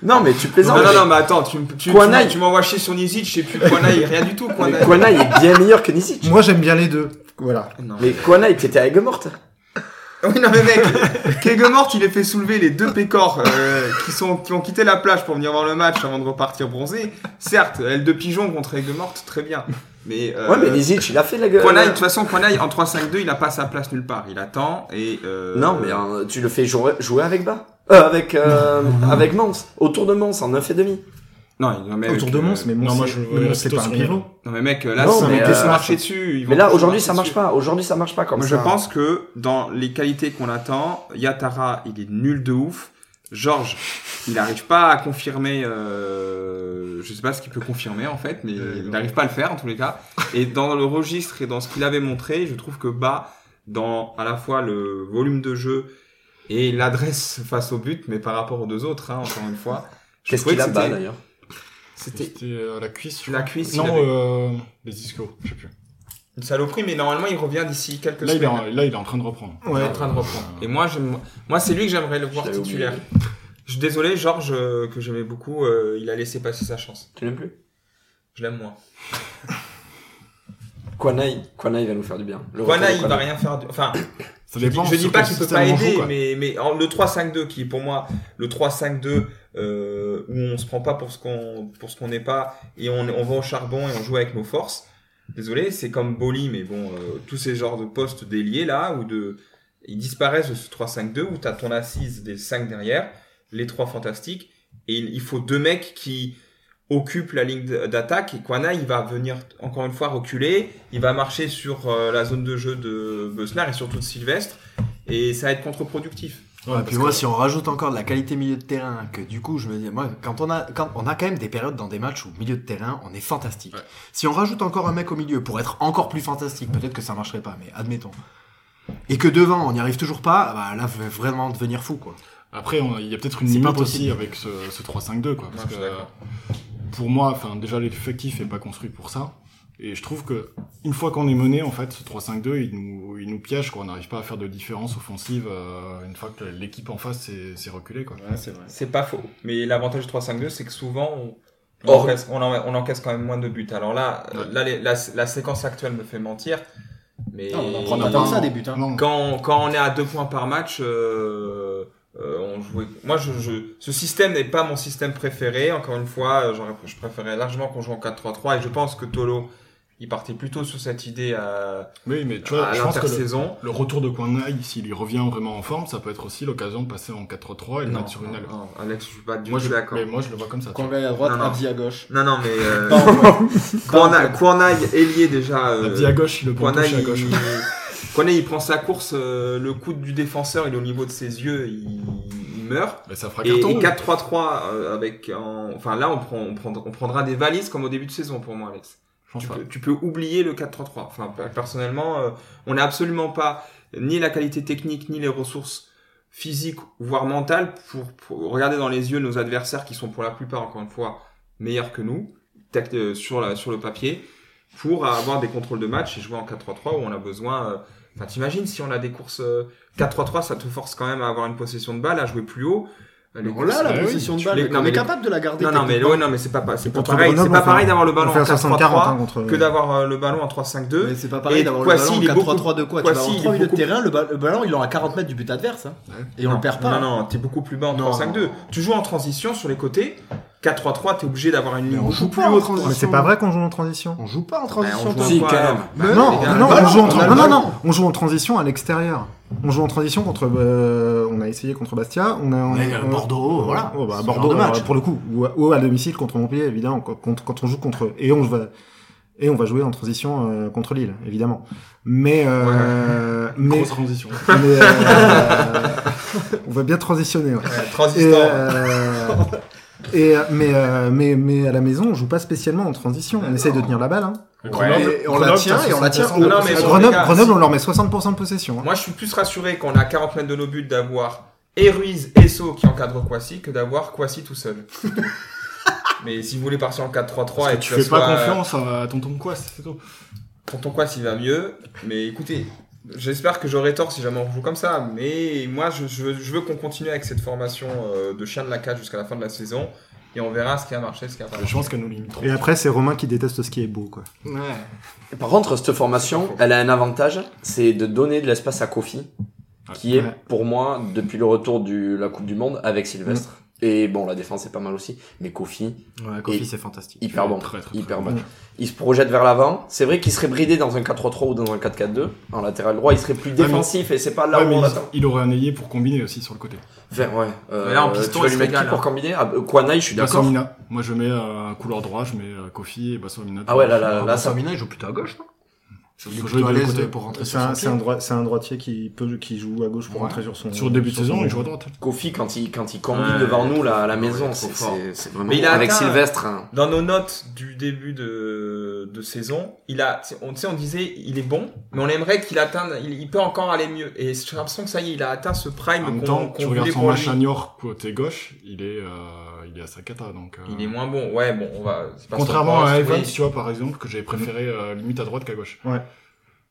Non, mais tu non, plaisantes. non, non, *laughs* mais attends, tu, me- tu, tu, Kwanai. tu m'envoies chier sur Nizic, je sais plus Kwanai, rien du tout, mais Kwanai. Kwanai est bien meilleur que Nisic. moi j'aime bien les deux. Voilà. Non. Mais Kwanai, qui était à Aigues-Mortes. Oui, non, mais mec, *laughs* Kegemort, il a fait soulever les deux pécores euh, qui, sont, qui ont quitté la plage pour venir voir le match avant de repartir bronzé. Certes, elle de pigeon contre Kegemort, très bien. Mais, euh, Ouais, mais euh, Lisic, il a fait de la gueule. Poinaille, de toute façon, Poinaille, en 3-5-2, il a pas sa place nulle part. Il attend et. euh, Non, mais hein, tu le fais jouer, jouer avec Bas. Euh, avec, euh, avec Mons. Autour de Mons, en 9 et demi. Non, il- non, mais Autour avec, de euh, Mons, mais Mons, moi, c'est- je mais veux Mons, c'est plutôt pas un sur les pivot. Non, mais mec, là, Non, c'est mais, ils vont se euh, marcher dessus. ils vont Mais là, se aujourd'hui, marcher ça marche dessus. pas. Aujourd'hui, ça marche pas. Comme Moi, je ça. pense que dans les qualités qu'on attend, Yatara, il est nul de ouf. Georges, il n'arrive pas à confirmer. Euh, je sais pas ce qu'il peut confirmer en fait, mais Euh, il n'arrive pas à le faire en tous les cas. Et dans le registre et dans ce qu'il avait montré, je trouve que Bas, dans à la fois le volume de jeu et l'adresse face au but, mais par rapport aux deux autres, hein, encore une fois, je Qu'est-ce trouvais qu'il que a Bas c'était- d'ailleurs C'était c'était euh, la cuisse. je La crois. cuisse, il Non, avait- euh, les ischios. Je sais plus. une saloperie, mais normalement il revient d'ici quelques Là il, est semaines. en, là, il est en train de reprendre. Il est Ouais. en train de reprendre. Et moi, j'aime- moi, c'est lui que j'aimerais le voir l'avais oublié. titulaire. Je suis désolé, Georges, euh, que j'aimais beaucoup, euh, il a laissé passer sa chance. Tu l'aimes plus Je l'aime moins. Kwanai, Kwanai va nous faire du bien. Le retour de Kwana, il va Kwanai. rien faire. de- Enfin, Ça dépend. je dis sur pas quel qu'il peut système pas on joue, aider, quoi. mais, mais en- le 3-5-2, qui est pour moi le 3-5-2, euh, où on se prend pas pour ce qu'on pour ce qu'on n'est pas, et on, on va au charbon et on joue avec nos forces. Désolé, c'est comme Boli, mais bon, euh, tous ces genres de postes déliés là, ou de. Ils disparaissent de ce 3-5-2, où t'as ton assise des 5 derrière, les trois fantastiques, et il, il faut deux mecs qui occupent la ligne d- d'attaque, et Kwana, il va venir encore une fois reculer, il va marcher sur euh, la zone de jeu de Besnard et surtout de Sylvestre, et ça va être contre-productif. Ouais, Ah, parce puis moi, que- si on rajoute encore de la qualité milieu de terrain, que du coup, je me dis, moi, quand on a, quand on a quand même des périodes dans des matchs où milieu de terrain, on est fantastique. Ouais. Si on rajoute encore un mec au milieu pour être encore plus fantastique, peut-être que ça marcherait pas, mais admettons. Et que devant, on n'y arrive toujours pas, bah là, va vraiment devenir fou, quoi. Après, on- il y a peut-être une C'est pas limite aussi possible. avec ce, ce 3-5-2, quoi. Parce Ouais, je suis que, d'accord. pour moi, enfin, déjà, l'effectif est pas construit pour ça. Et je trouve que, une fois qu'on est mené, en fait, ce 3-5-2, il nous, il nous piège, quoi. On n'arrive pas à faire de différence offensive, euh, une fois que l'équipe en face s'est s'est reculée, quoi. c'est vrai. C'est pas faux. Mais l'avantage du 3-5-2, c'est que souvent, on, on Or- encaisse, on en- on encaisse quand même moins de buts. Alors là, euh, là les- la, la séquence actuelle me fait mentir, mais prend On pas. attend ça des buts. hein. Non, quand, on- quand on est à deux points par match, euh, euh, on jouait. Moi, je, je- ce système n'est pas mon système préféré. Encore une fois, euh, j'aurais- je préférais largement qu'on joue en 4-3-3, et je pense que Tolo, il partait plutôt sur cette idée à, oui, mais tu vois, à je pense que le, l'intersaison. le retour de Kwanai, s'il y revient vraiment en forme, ça peut être aussi l'occasion de passer en 4-3-3 et de Non, mettre sur une non, aile. non, Alex, je suis pas du Moi, tout je, d'accord. mais moi, je le vois comme ça. tu vois. Conway à droite, Non, non. Abdi à gauche. Non, non, mais euh, Pas en bloc. Kwana- Kwanaï, ailier déjà. euh, Abdi à gauche, il le prend Kwana, touche à il... *laughs* gauche. Kwana, il prend sa course, euh, le coup du défenseur, il est au niveau de ses yeux, il, il meurt. Mais ça fera Et, et carton. rouge. 4-3-3, euh, avec. en- Enfin, là, on, prend, on, prendra, on prendra des valises comme au début de saison pour moi, Alex. Je pense Tu pas. peux, tu peux oublier le 4-3-3. Enfin, pe- personnellement, euh, on n'a absolument pas ni la qualité technique, ni les ressources physiques, voire mentales, pour, pour regarder dans les yeux nos adversaires qui sont pour la plupart, encore une fois, meilleurs que nous, tac- euh, sur, la, sur le papier, pour avoir des contrôles de match et jouer en 4-3-3 où on a besoin... euh, Enfin, t'imagines, si on a des courses euh, 4-3-3, ça te force quand même à avoir une possession de balle, à jouer plus haut. Euh, Les On oh courses- l'a la Ah oui, possession de tu balle. les- non, On Bah mais est les- capable de la garder. Non, non, mais techniquement. ouais, non, mais c'est pas, pas- c'est pas Contre pareil, Grenoble, c'est pas on fait pareil un- d'avoir le On ballon fait en un 60-40 hein, 4-3-3 contre. que d'avoir euh, le ballon en 3-5-2. Mais c'est pas Et pareil d'avoir le Kwasi, ballon il est 4-3-3 de quoi Tu vas Kwasi, en il est 3 milieux de beaucoup- terrain, le, ba- le ballon il est en à 40 mètres du but adverse. hein. Ouais. Et on non, le perd pas. Non, non, t'es beaucoup plus bas en Non. 3-5-2. Tu joues en transition sur les côtés. 4-3-3, t'es obligé d'avoir une Mais ligne on joue beaucoup plus pas en haute. transition. Mais c'est pas vrai qu'on joue en transition. On joue pas en Bah, on transition, joue toi. en Si, quoi, quand alors même. Mais les Non, gars, non, on a on le joue en ballon, tra- on a le non, non, ballon. non, on joue en transition à l'extérieur. On joue en transition contre. euh, on a essayé contre Bastia. On a. on- Ouais, euh, on- Bordeaux, voilà. Oh, bah, C'est Bordeaux, genre de alors, match. pour le coup, ou à, ou à domicile contre Montpellier, évidemment. Quand, quand- quand on joue contre eux. et on va et on va jouer en transition euh, contre Lille, évidemment. Mais euh, mais, Grosse transition. mais, euh, on va bien transitionner. ouais. Ouais, Et, Transistor. euh, et, euh, mais, euh, mais, mais à la maison, on joue pas spécialement en transition. On essaye de tenir la balle. Hein. Et on la tient et on la tient. Non, non, mais À bon, Grenoble, les gars, Grenoble, on leur met 60% de possession. hein. Moi, je suis plus rassuré qu'on a 40 mètres de nos buts d'avoir et Ruiz et So qui encadrent Kwasi que d'avoir Kwasi tout *laughs* seul. Mais si vous voulez partir en 4-3-3 et tu que fais ça pas soit- euh, confiance à, à tonton quoi, c'est tout. Tonton quoi s'il va mieux. Mais écoutez, j'espère que j'aurai tort si jamais on joue comme ça. Mais moi, je, je veux, je veux qu'on continue avec cette formation euh, de chien de la cage jusqu'à la fin de la saison. Et on verra ce qui a marché, ce qui a pas Je marché. pense qu'elle nous limite trop. Et après, c'est Romain qui déteste ce qui est beau. Quoi. Ouais. Et Par contre, cette formation, elle a un avantage, c'est de donner de l'espace à Kofi, qui est Ouais. pour moi, depuis le retour de la Coupe du Monde, avec Sylvestre. Mm. Et bon, la défense est pas mal aussi. Mais Kofi, Ouais, Et- Kofi, c'est fantastique. Mm. hyper bon. Très, très, hyper très bon. Il se projette vers l'avant. C'est vrai qu'il serait bridé dans un 4-3-3 ou dans un 4-4-2. En latéral droit, il serait plus mais- défensif et c'est pas là Ouais, où mais on il- l'attend. il aurait un ailier pour combiner aussi sur le côté. Enfin, ouais. Euh, Mais là, en piston, tu il vas lui se mettre qui régale, pour hein. combiner ah, euh, Kouanaï, je suis Bah, d'accord. Bassormina. Moi, je mets euh, couloir droit, je mets euh, Kofi et Bassormina. Ah ouais, là, là, là, ça. bah, Samina, il joue plutôt à gauche, non Il est Faut plutôt à jouer de l'aise côté. pour rentrer C'est sur un, son c'est pied. un droi- c'est un droitier qui, peut, qui joue à gauche pour Ouais. rentrer sur son. Sur le début de sur saison, son- il joue à droite. Kofi, quand il, quand il combine Ouais. devant nous là, à la Ouais, maison, trop c'est- fort. c'est c'est vraiment. Mais il a Avec atteint- Sylvestre, hein. Dans nos notes du début de, de saison, il a, on, tu sais, on disait il est bon, mais on aimerait qu'il atteigne, il, il peut encore aller mieux. Et j'ai l'impression que ça y est, il a atteint ce prime En même qu'on- temps, qu'on tu voulait regardes son pour lui. match à Niort côté gauche, il est, euh, il est à Sakata. Donc, euh, Il est moins bon. Ouais, bon, on va. c'est pas Contrairement son poste, à oui. Evans, tu vois, par exemple, que j'avais préféré euh, limite à droite qu'à gauche.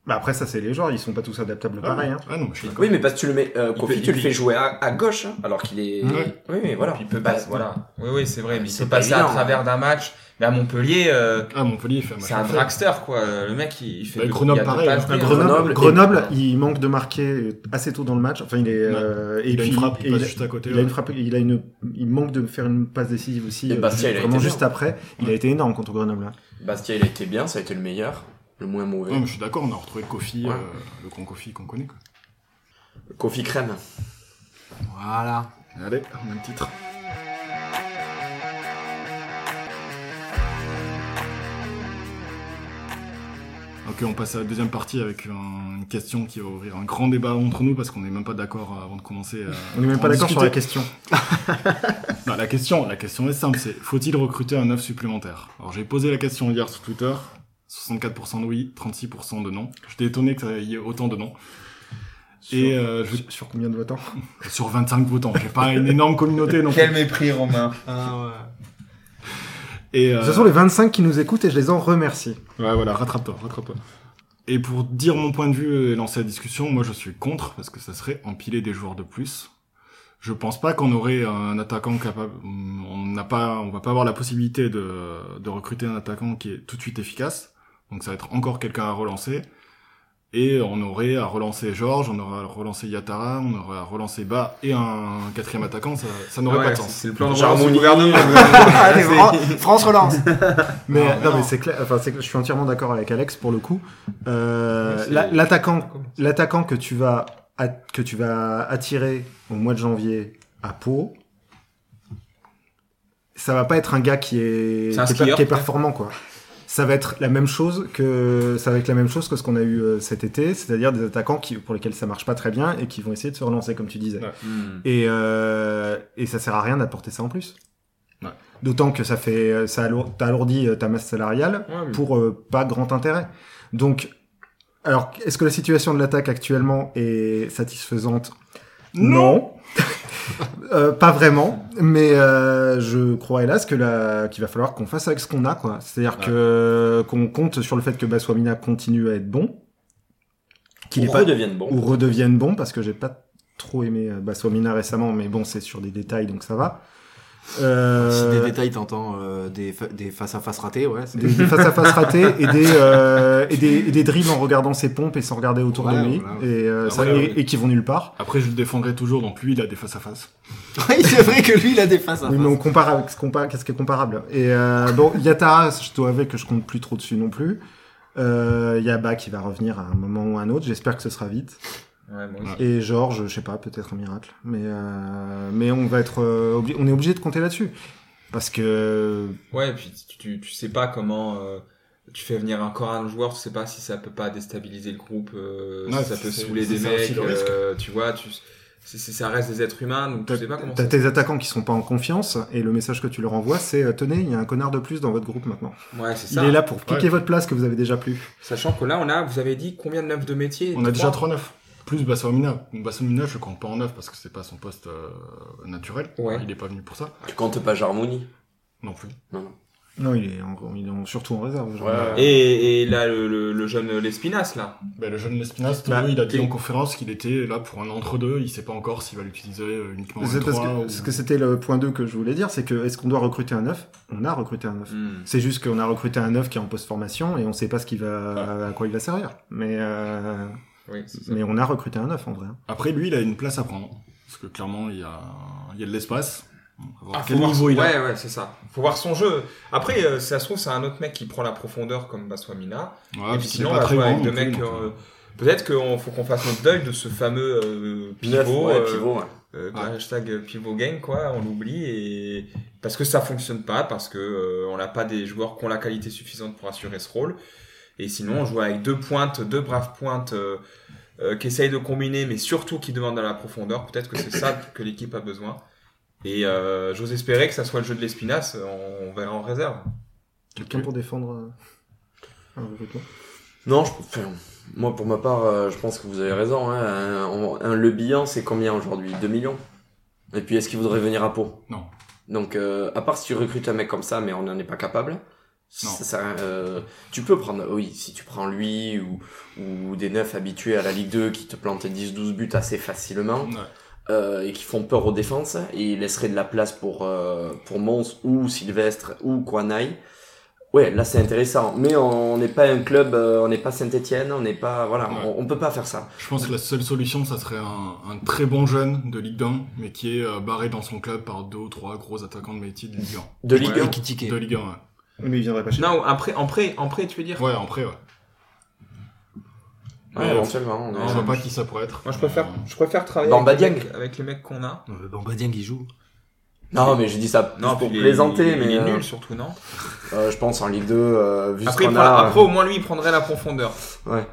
Bah après, ça, c'est les joueurs, ils sont pas tous adaptables pareil. Hein. Ah non, mais je suis d'accord. Oui, mais parce que tu le mets, euh, Il Kofi, peut- tu il le peut- fais jouer à, à gauche, hein, alors qu'il est. Ouais. Oui, oui, voilà. Il peut Bah, passer, voilà. Oui, oui, c'est vrai. Mais il c'est peut pas passer à évident, hein. travers d'un match. Mais à Montpellier, euh, Ah, Montpellier, il fait un match. c'est un parfait. dragster, quoi. Le mec, il, il fait. Bah, deux- Grenoble, il y a deux pareil, passes, hein. mais- *laughs* Grenoble Grenoble, et- Grenoble, il manque de marquer assez tôt dans le match. Enfin, il est. Ouais. euh, et Il a puis, une frappe, et il passe a- juste à côté. Il a une ouais. frappe, il a une, il manque de faire une passe décisive aussi. Et Bastia, euh, il a vraiment été juste après, il a été énorme contre Grenoble. hein. Bastia, il a été bien, ça a été le meilleur, le moins mauvais. Non, Mm. mais je suis d'accord, on a retrouvé Kofi, Ouais. euh, le grand Kofi qu'on connaît. Quoi. Kofi Crème. Voilà. Allez, on a le titre. Ok, on passe à la deuxième partie avec un- une question qui va ouvrir un grand débat entre nous parce qu'on n'est même pas d'accord euh, avant de commencer. à On n'est même en pas d'accord sur discuter. la question. Non, la question, la question est simple, c'est faut-il recruter un neuf supplémentaire Alors j'ai posé la question hier sur Twitter, 64% de oui, 36% de non. J'étais étonné qu'il y ait autant de non. Et euh, je- Sur combien de votants sur 25 votants, j'ai pas une énorme communauté non plus. Quel mépris, Romain. Ah, Et, euh, Ce sont les 25 qui nous écoutent et je les en remercie. Ouais, voilà, rattrape-toi, rattrape-toi. Et pour dire mon point de vue et lancer la discussion, moi je suis contre parce que ça serait empiler des joueurs de plus. Je pense pas qu'on aurait un attaquant capable. On n'a pas, on va pas avoir la possibilité de, de recruter un attaquant qui est tout de suite efficace. Donc ça va être encore quelqu'un à relancer. Et on aurait à relancer Georges, on aurait à relancer Yatara, on aurait à relancer Ba et un quatrième attaquant, ça, ça n'aurait Ouais, pas de c'est- sens. C'est le plan de Jarmouni. relance du gouvernement. Allez, Fran- France relance. Mais Ah, non, mais mais non. c'est clair. Enfin, c'est que je suis entièrement d'accord avec Alex pour le coup. Euh, Ouais, c'est- la- l'attaquant, l'attaquant que tu vas at- que tu vas attirer au mois de janvier à Pau, ça va pas être un gars qui est, C'est un qui, est per- skieur, qui est quoi. performant quoi. Ça va être la même chose que ça va être la même chose que ce qu'on a eu euh, cet été, c'est-à-dire des attaquants qui, pour lesquels ça marche pas très bien et qui vont essayer de se relancer comme tu disais. Ouais. Hmm. Et, euh, et ça sert à rien d'apporter ça en plus. Ouais. D'autant que ça fait, euh, ça alour- t'as alourdi euh, ta masse salariale Ouais, mais- pour euh, pas grand intérêt. Donc, alors, est-ce que la situation de l'attaque actuellement est satisfaisante Non. *laughs* Euh, pas vraiment, mais euh, je crois hélas que la... qu'il va falloir qu'on fasse avec ce qu'on a, quoi. C'est-à-dire Ouais. que qu'on compte sur le fait que Baswamina continue à être bon, Qu'il qu'il est pas redevienne bon. ou redeviennent bons parce que j'ai pas trop aimé euh, Bassomina récemment, mais bon, c'est sur des détails donc ça va. Si des Euh, détails, t'entends euh, des, fa- des face-à-face ratés, ouais. c'est- des, des face à face ratés et des, euh, et des et des dribbles en regardant ses pompes et sans regarder autour Voilà, de lui voilà. Ah, et, euh, ça- Après, et- oui. et qui vont nulle part. Après, je le défendrai toujours, donc lui il a des face à face. *laughs* Oui, c'est vrai que lui, il a des face-à-face. Oui, mais on compare avec ce qu'on parle, qu'est-ce qui est comparable. Et euh, bon, Yatara, je dois avouer que je compte plus trop dessus non plus. Euh, Yaba qui va revenir à un moment ou à un autre, j'espère que ce sera vite. Ouais, moi aussi. Et Georges, je sais pas, peut-être un miracle, mais euh, mais on va être euh, obli- on est obligé de compter là-dessus parce que Ouais, et puis tu, tu, tu sais pas comment euh, tu fais venir encore un joueur, tu sais pas si ça peut pas déstabiliser le groupe, euh, Ouais, si ça peut c'est- saouler c'est des ça aussi mecs, le risque. euh, tu vois, tu, c'est- c'est- ça reste des êtres humains, donc tu t'as sais pas comment t'as ça tes attaquants qui sont pas en confiance et le message que tu leur envoies c'est euh, tenez, il y a un connard de plus dans votre groupe maintenant. Ouais, c'est Il ça. est là pour piquer Ouais. votre place que vous avez déjà plus. Sachant que là, on a, vous avez dit combien de neuf de métier On a déjà 3-9. Plus Bassamina. Bassamina, je compte pas en 9 parce que c'est pas son poste euh, naturel. Ouais. Il est pas venu pour ça. Tu comptes pas Jarmouni. Non plus. Non, il est, en, il est en- surtout en réserve. genre. Et, et là, le, le, le jeune Lespinas, là. Ben, le jeune Lespinas, Bah, oui, il a dit t'es- en conférence qu'il était là pour un entre-deux. Il sait pas encore s'il va l'utiliser euh, uniquement en C'est parce 3 que, ou... ce que c'était le point 2 que je voulais dire, c'est que est-ce qu'on doit recruter un neuf On a recruté un neuf. Hmm. C'est juste qu'on a recruté un neuf qui est en post-formation et on sait pas ce qui va, à quoi il va servir. Mais, euh, Oui, c'est ça. mais on a recruté un neuf en vrai. Après, lui, il a une place à prendre. Parce que clairement, il y a, il y a de l'espace. À voir Ah, quel faut voir niveau son- il a. Ouais, ouais, c'est ça. Faut voir son jeu. Après, euh, si ça se trouve, c'est un autre mec qui prend la profondeur comme Baswamina. Ouais, puis et puis il Ah, est sinon, on pas va très jouer avec grand deux non plus, mecs. donc, euh, Peut-être qu'il faut qu'on fasse notre deuil de ce fameux euh, Neuf, pivot, ouais, euh, pivot, ouais. euh, Ouais. hashtag pivot gang, quoi. On l'oublie et parce que ça fonctionne pas, parce que euh, on n'a pas des joueurs qui ont la qualité suffisante pour assurer ce rôle. Et sinon, on joue avec deux pointes, deux braves pointes euh, euh, qui essayent de combiner, mais surtout qui demandent de la profondeur. Peut-être que c'est ça que l'équipe a besoin. Et euh, j'ose espérer que ça soit le jeu de l'espinasse. On, on verra en réserve. Quelqu'un pour défendre euh, un recrutement Non, je, enfin, moi pour ma part, euh, je pense que vous avez raison. Hein. Un, on- un Le bilan, c'est combien aujourd'hui 2 millions Et puis est-ce qu'il voudrait venir à Pau Non. Donc, euh, à part si tu recrutes un mec comme ça, mais on n'en est pas capable. Non. Ça, ça, euh, tu peux prendre, oui, si tu prends lui ou, ou des neufs habitués à la Ligue 2 qui te plantent 10-12 buts assez facilement Ouais. euh, et qui font peur aux défenses et ils laisseraient de la place pour, euh, pour Mons ou Sylvestre ou Kwanai. Ouais, là c'est intéressant, mais on n'est pas un club, euh, on n'est pas Saint-Etienne, on n'est pas, voilà, Ouais. on, on peut pas faire ça. Je pense que la seule solution, ça serait un, un très bon jeune de Ligue 1, mais qui est euh, barré dans son club par deux ou trois gros attaquants de métier de Ligue De Ligue Ouais. 1, Qui 1. tiquait. De Ligue 1, ouais. Mais il viendrait pas chez Non, en prêt, en prêt, en prêt, tu veux dire Ouais, en prêt, ouais. Ouais, Ouais. éventuellement. on est- Non, je vois pas mais qui ça pourrait être. Moi, je préfère, Euh, je préfère travailler Bamba avec les, Dieng. mecs, avec les mecs qu'on a. Euh, Bamba Dieng, il joue. Non, mais je dis ça plus pour puis il est- plaisanter, il est- mais il est euh, nul surtout, non euh, je pense en Ligue 2, euh, vu Après, il ce qu'on prend- a, après, au moins lui, il prendrait la profondeur. ouais.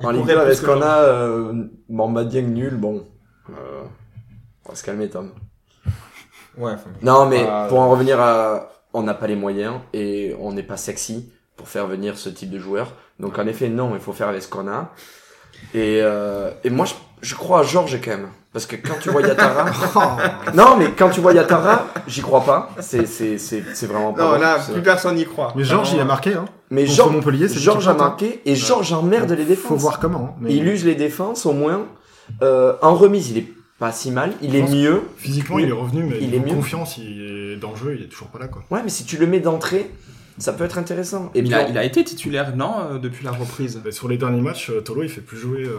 Il en Ligue pourrait 2 plus avec ce que qu'on Jean- a, euh, Bamba Dieng nul, bon, euh, on va se calmer, Tom. Ouais, enfin, Non, mais Ah, pour en revenir à, on n'a pas les moyens et on n'est pas sexy pour faire venir ce type de joueur. Donc en effet, non, il faut faire avec ce qu'on a. Et, euh, et moi, je, je crois à Georges quand même, parce que quand tu vois *laughs* Yatara, Oh. non, mais quand tu vois Yatara, j'y crois pas. C'est c'est c'est c'est vraiment pas. vrai. C'est- personne n'y croit. Mais Georges, il a marqué, hein. mais Contre Georges, Montpellier, c'est Georges a Martin. marqué et Georges emmerde les défenses. Faut voir comment. hein, mais- Il use les défenses au moins. Euh, en remise, il est pas si mal. Il est pense- mieux. Physiquement, Oui. il est revenu, mais Il il est est mieux. confiance, il est dans le jeu, il est toujours pas là, quoi. Ouais, mais si tu le mets d'entrée, ça peut être intéressant. Et il, puis, a, on- il a été titulaire, non, euh, depuis la reprise Mais sur les derniers matchs, euh, Tolo, il fait plus jouer. Euh,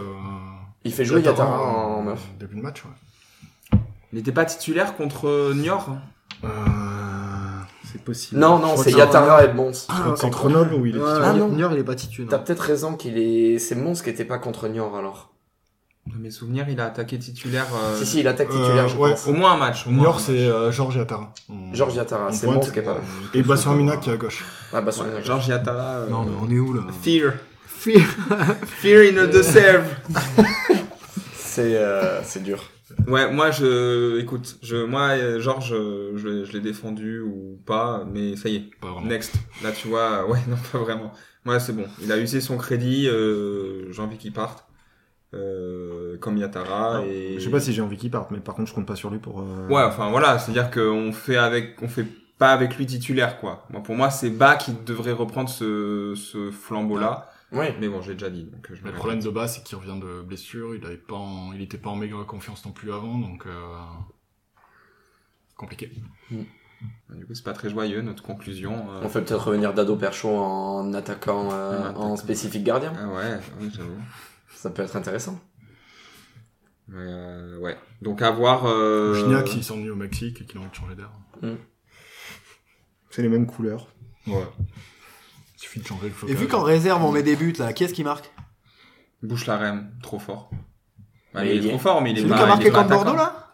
Il fait jouer Yatara en euh, neuf. Début de match, ouais. Il n'était pas titulaire contre euh, Niort Euh... C'est possible. Non, non, c'est Yatara et Mons. je Ah, crois que c'est c'est Grenoble où il est Ouais, titulaire. Ah, non. Junior, il est pas titulaire. T'as peut-être raison qu'il est. C'est Mons qui était pas contre Niort alors. Dans mes souvenirs, il a attaqué titulaire. euh, Si, si, il attaque titulaire, euh, je ouais. pense. Au moins un match. Au moins Niort, un c'est euh, Georges Yatara. On- Georges Yatara, on c'est pointe. Mons qui est pas là. Et Bassamina qui est à gauche. Ah, bah, match. son Ouais, erreur. Georges Yatara. euh, Non, mais on est où là Fear. Fear. Fear in the serve. C'est euh, c'est dur. Ouais, moi, je. Écoute, je, moi, euh, Georges, euh, je, l'ai- je l'ai défendu ou pas, mais ça y est. Pas vraiment. Next. Là, tu vois, *laughs* euh, ouais, non, pas vraiment. Ouais, c'est bon. Il a usé son crédit, euh, j'ai envie qu'il parte. Euh, comme Yatara. et... Ah, Je sais pas si j'ai envie qu'il parte, mais par contre, je compte pas sur lui pour. euh, Ouais, enfin voilà, c'est-à-dire qu'on fait avec, on fait pas avec lui titulaire quoi. Moi, pour moi, c'est Bas qui devrait reprendre ce, ce flambeau-là. Ouais. Mais bon, j'ai déjà dit. Donc, je Le me- problème de base, c'est qu'il revient de blessure. Il avait pas, en- il était pas en méga confiance non plus avant, donc euh, compliqué. Du coup, c'est pas très joyeux notre conclusion. euh. On fait peut-être revenir Dado Percho en attaquant euh, En attaquant. en spécifique gardien. Ah ouais, oui, j'avoue. Ça peut être intéressant. Mais, euh, ouais. Donc à voir. Euh... Gignac, il s'ennuie au Mexique et qu'il a envie de changer d'air. C'est les mêmes couleurs. Ouais. Il suffit de changer le Et focus. vu qu'en réserve on met des buts là, qui est-ce qui marque Bouche la rem, trop fort. Ouais, il, Mais il est est- trop fort, mais il est C'est lui pas- qui a il marqué est pas contre Bordeaux attaquant. là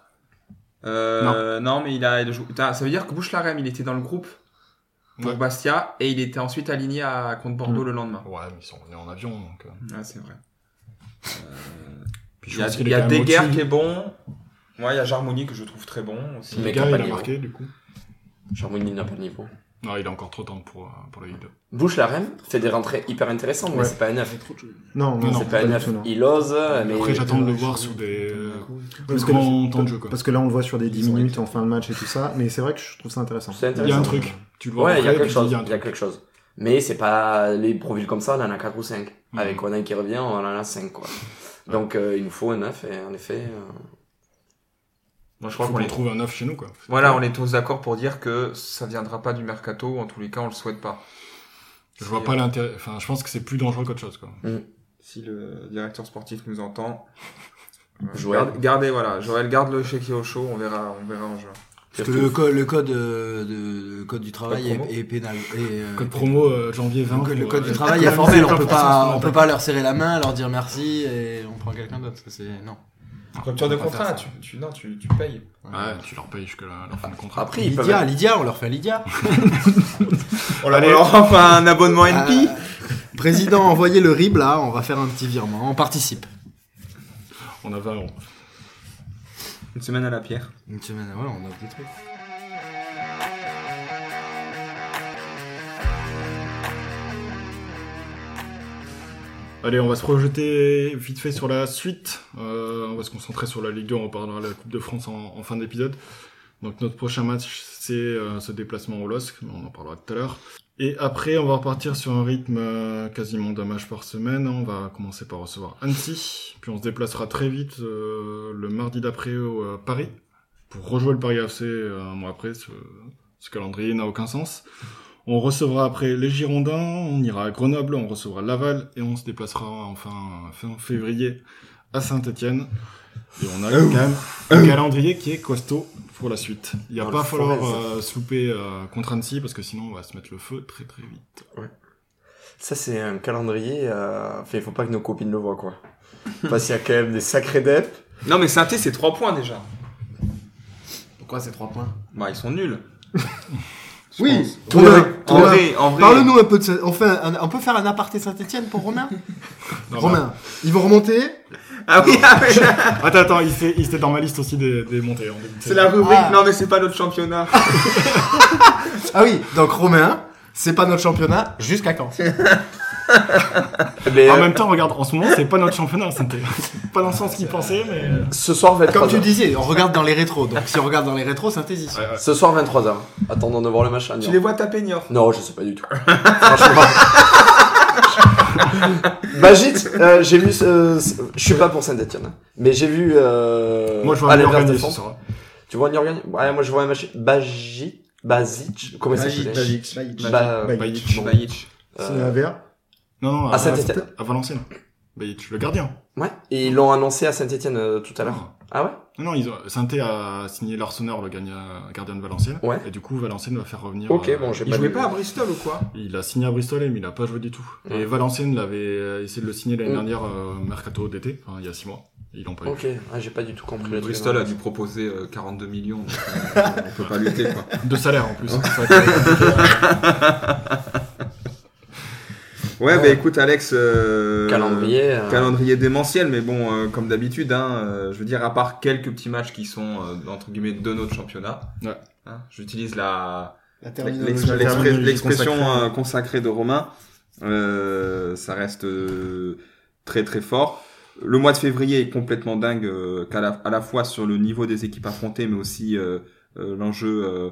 Euh, non. mais il a. il joue- Putain, ça veut dire que Bouche la rem, il était dans le groupe pour Ouais. Bastia et il était ensuite aligné à contre Bordeaux le lendemain. Ouais, mais ils sont revenus en avion, donc. euh, Ouais, c'est vrai. puis je Il y a, pense qu'il il y est a quand même Deguerre au-dessus. qui est bon. Moi, il y a Jarmoni que je trouve très bon aussi. Mais- Deguerre, il a Campagnaro. marqué, du coup. Charmouille n'a pas le niveau. Non, il a encore trop de temps pour, euh, pour la Ligue 2. Bouche la Reine fait des rentrées hyper intéressantes, mais Ouais. c'est pas un neuf. Non, non, Non, C'est pas un du neuf. tout, non. Il ose, mais. Après, j'attends de le voir sous des. euh, Parce Plus que- grand temps de jeu, quoi. Parce que là, on le voit sur des 10 Ils ont minutes en fin de match et tout ça, mais c'est vrai que je trouve ça intéressant. C'est Il y a intéressant. un truc. Tu le vois Ouais, il y a après, quelque tu te dis, chose. un Il y a truc. quelque chose. Mais c'est pas les profils comme ça, on en a 4 ou 5. Mhm. Avec Onan qui revient, on en a 5 quoi. Donc euh, il nous faut un 9 et en effet. euh, Moi, je Faut crois qu'on qu'on les trouve un neuf chez nous, quoi. Voilà, on est tous d'accord pour dire que ça viendra pas du mercato, ou en tous les cas, on le souhaite pas. Je Si- vois pas l'intérêt. Enfin, je pense que c'est plus dangereux qu'autre chose, quoi. Si le directeur sportif nous entend. euh, Joël. garde- Gardez, voilà. Joël, garde le chéquier au chaud, on verra, on verra en juin. Parce que le, co- le code, euh, de, le code du travail Code promo. est, est pénal. et, euh, Code promo euh, janvier 20. donc, le pour, code euh, du *laughs* *laughs* travail est économiser formel, on peut 20% pas, sur on peut la pas leur serrer la main, leur dire merci et on prend quelqu'un d'autre. parce que c'est- Non. Rupture de On va faire contrat, ça. tu, tu, non, tu, tu payes. Ouais, tu leur payes jusqu'à la, la fin de contrat. Après, ils peuvent. Lydia, Lydia, on leur fait Lydia. On leur- on leur offre un abonnement NP. Euh, président, envoyez le RIB là, on va faire un petit virement, on participe. On a 20 euros. Une semaine à la pierre. Une semaine, ouais, on a des trucs. Allez, on va se projeter vite fait sur la suite. Euh, on va se concentrer sur la Ligue 2, on reparlera de la Coupe de France en, en fin d'épisode. Donc notre prochain match, c'est euh, ce déplacement au LOSC, mais on en parlera tout à l'heure. Et après, on va repartir sur un rythme euh, quasiment d'un match par semaine. On va commencer par recevoir Annecy, puis on se déplacera très vite euh, le mardi d'après au euh, Paris, pour rejouer le Paris FC euh, un mois après. Ce, ce calendrier n'a aucun sens. On recevra après les Girondins, on ira à Grenoble, on recevra Laval et on se déplacera enfin euh, fin février à Saint-Etienne. Et on a Oh. quand même un calendrier qui est costaud pour la suite. Il va Dans pas le falloir forêt, euh, se louper euh, contre Annecy parce que sinon on va se mettre le feu très très vite. Ça, c'est un calendrier. euh, Enfin, il faut pas que nos copines le voient, quoi. *laughs* Parce qu'il y a quand même des sacrés depths. Non, mais Saint-Étienne, c'est 3 points déjà. Pourquoi ces trois points Bah, ils sont *laughs* nuls. Je Oui, pense. Romain, En Romain, vrai, en vrai. Parle-nous un peu de ça. On, fait un- on peut faire un aparté Saint-Etienne pour Romain Non, Romain, ils vont remonter. Ah oui, ah oui, bah, Attends, attends, il s'est- il était dans ma liste aussi des, des montées. hein. en début de c'est la saison. rubrique. Ah. Non, mais c'est pas notre championnat. Ah oui, donc Romain, c'est pas notre championnat jusqu'à quand Mais, En euh, même temps, regarde, en ce moment, c'est pas notre championnat, c'était pas dans le sens qu'il pensait, mais. euh, ce soir, *laughs* 23h. Comme tu disais, on regarde dans les rétros. Donc si on regarde dans les rétros, Saint-Etienne. Ouais, ouais. Ce soir, 23h. Attendons de voir le match à Tu Niort. les vois taper Niort. Non, je sais pas du tout. *laughs* *laughs* Franchement. Magite, euh, j'ai vu. ce- ce- Je suis pas pour Saint-Etienne, hein. mais j'ai vu. Euh, Moi, je vois un Alain Morgan ce Vertefond. soir. Tu vois Niorgan Ouais, moi je vois un match. Bagit. Bazic. Comment il Magic, s'appelle magic, magic. Bah, Bajic. Bajic. Bon, Bajic. C'est un euh, verre. Non, non, À Saint-Étienne. à Valenciennes. Bajic, le gardien. Ouais, et ils l'ont annoncé à Saint-Etienne tout à l'heure. Ah ouais Non, non, ils ont... Sainté a signé Larsonneur, le gagna- gardien de Valenciennes. Ouais. Et du coup, Valenciennes va faire revenir. Ok, euh, bon, j'ai Ils pas jouaient lu. pas à Bristol ou quoi Il a signé à Bristol, mais il a pas joué du tout. Ouais. Et Valenciennes l'avait euh, essayé de le signer l'année Mm. dernière, euh, mercato d'été, enfin, il y a six mois. Et Ils l'ont pas eu. Ok, ah, j'ai pas du tout compris le truc. Bristol a dû proposer euh, 42 millions. donc, euh, on peut pas lutter, quoi. De salaire en plus. C'est ça qui est- Ouais, bah écoute, Alex. euh, Calendrier. euh, Calendrier démentiel, mais bon, euh, comme d'habitude, hein, euh, je veux dire, à part quelques petits matchs qui sont, euh, entre guillemets, de notre championnat, Ouais. hein, j'utilise la, La terminologie. l'ex- l'expré- terminologie l'expression consacrée. euh, consacrée de Romain, euh, ça reste euh, très très fort. Le mois de février est complètement dingue, euh, qu'à la- à la fois sur le niveau des équipes affrontées, mais aussi euh, euh, l'enjeu euh,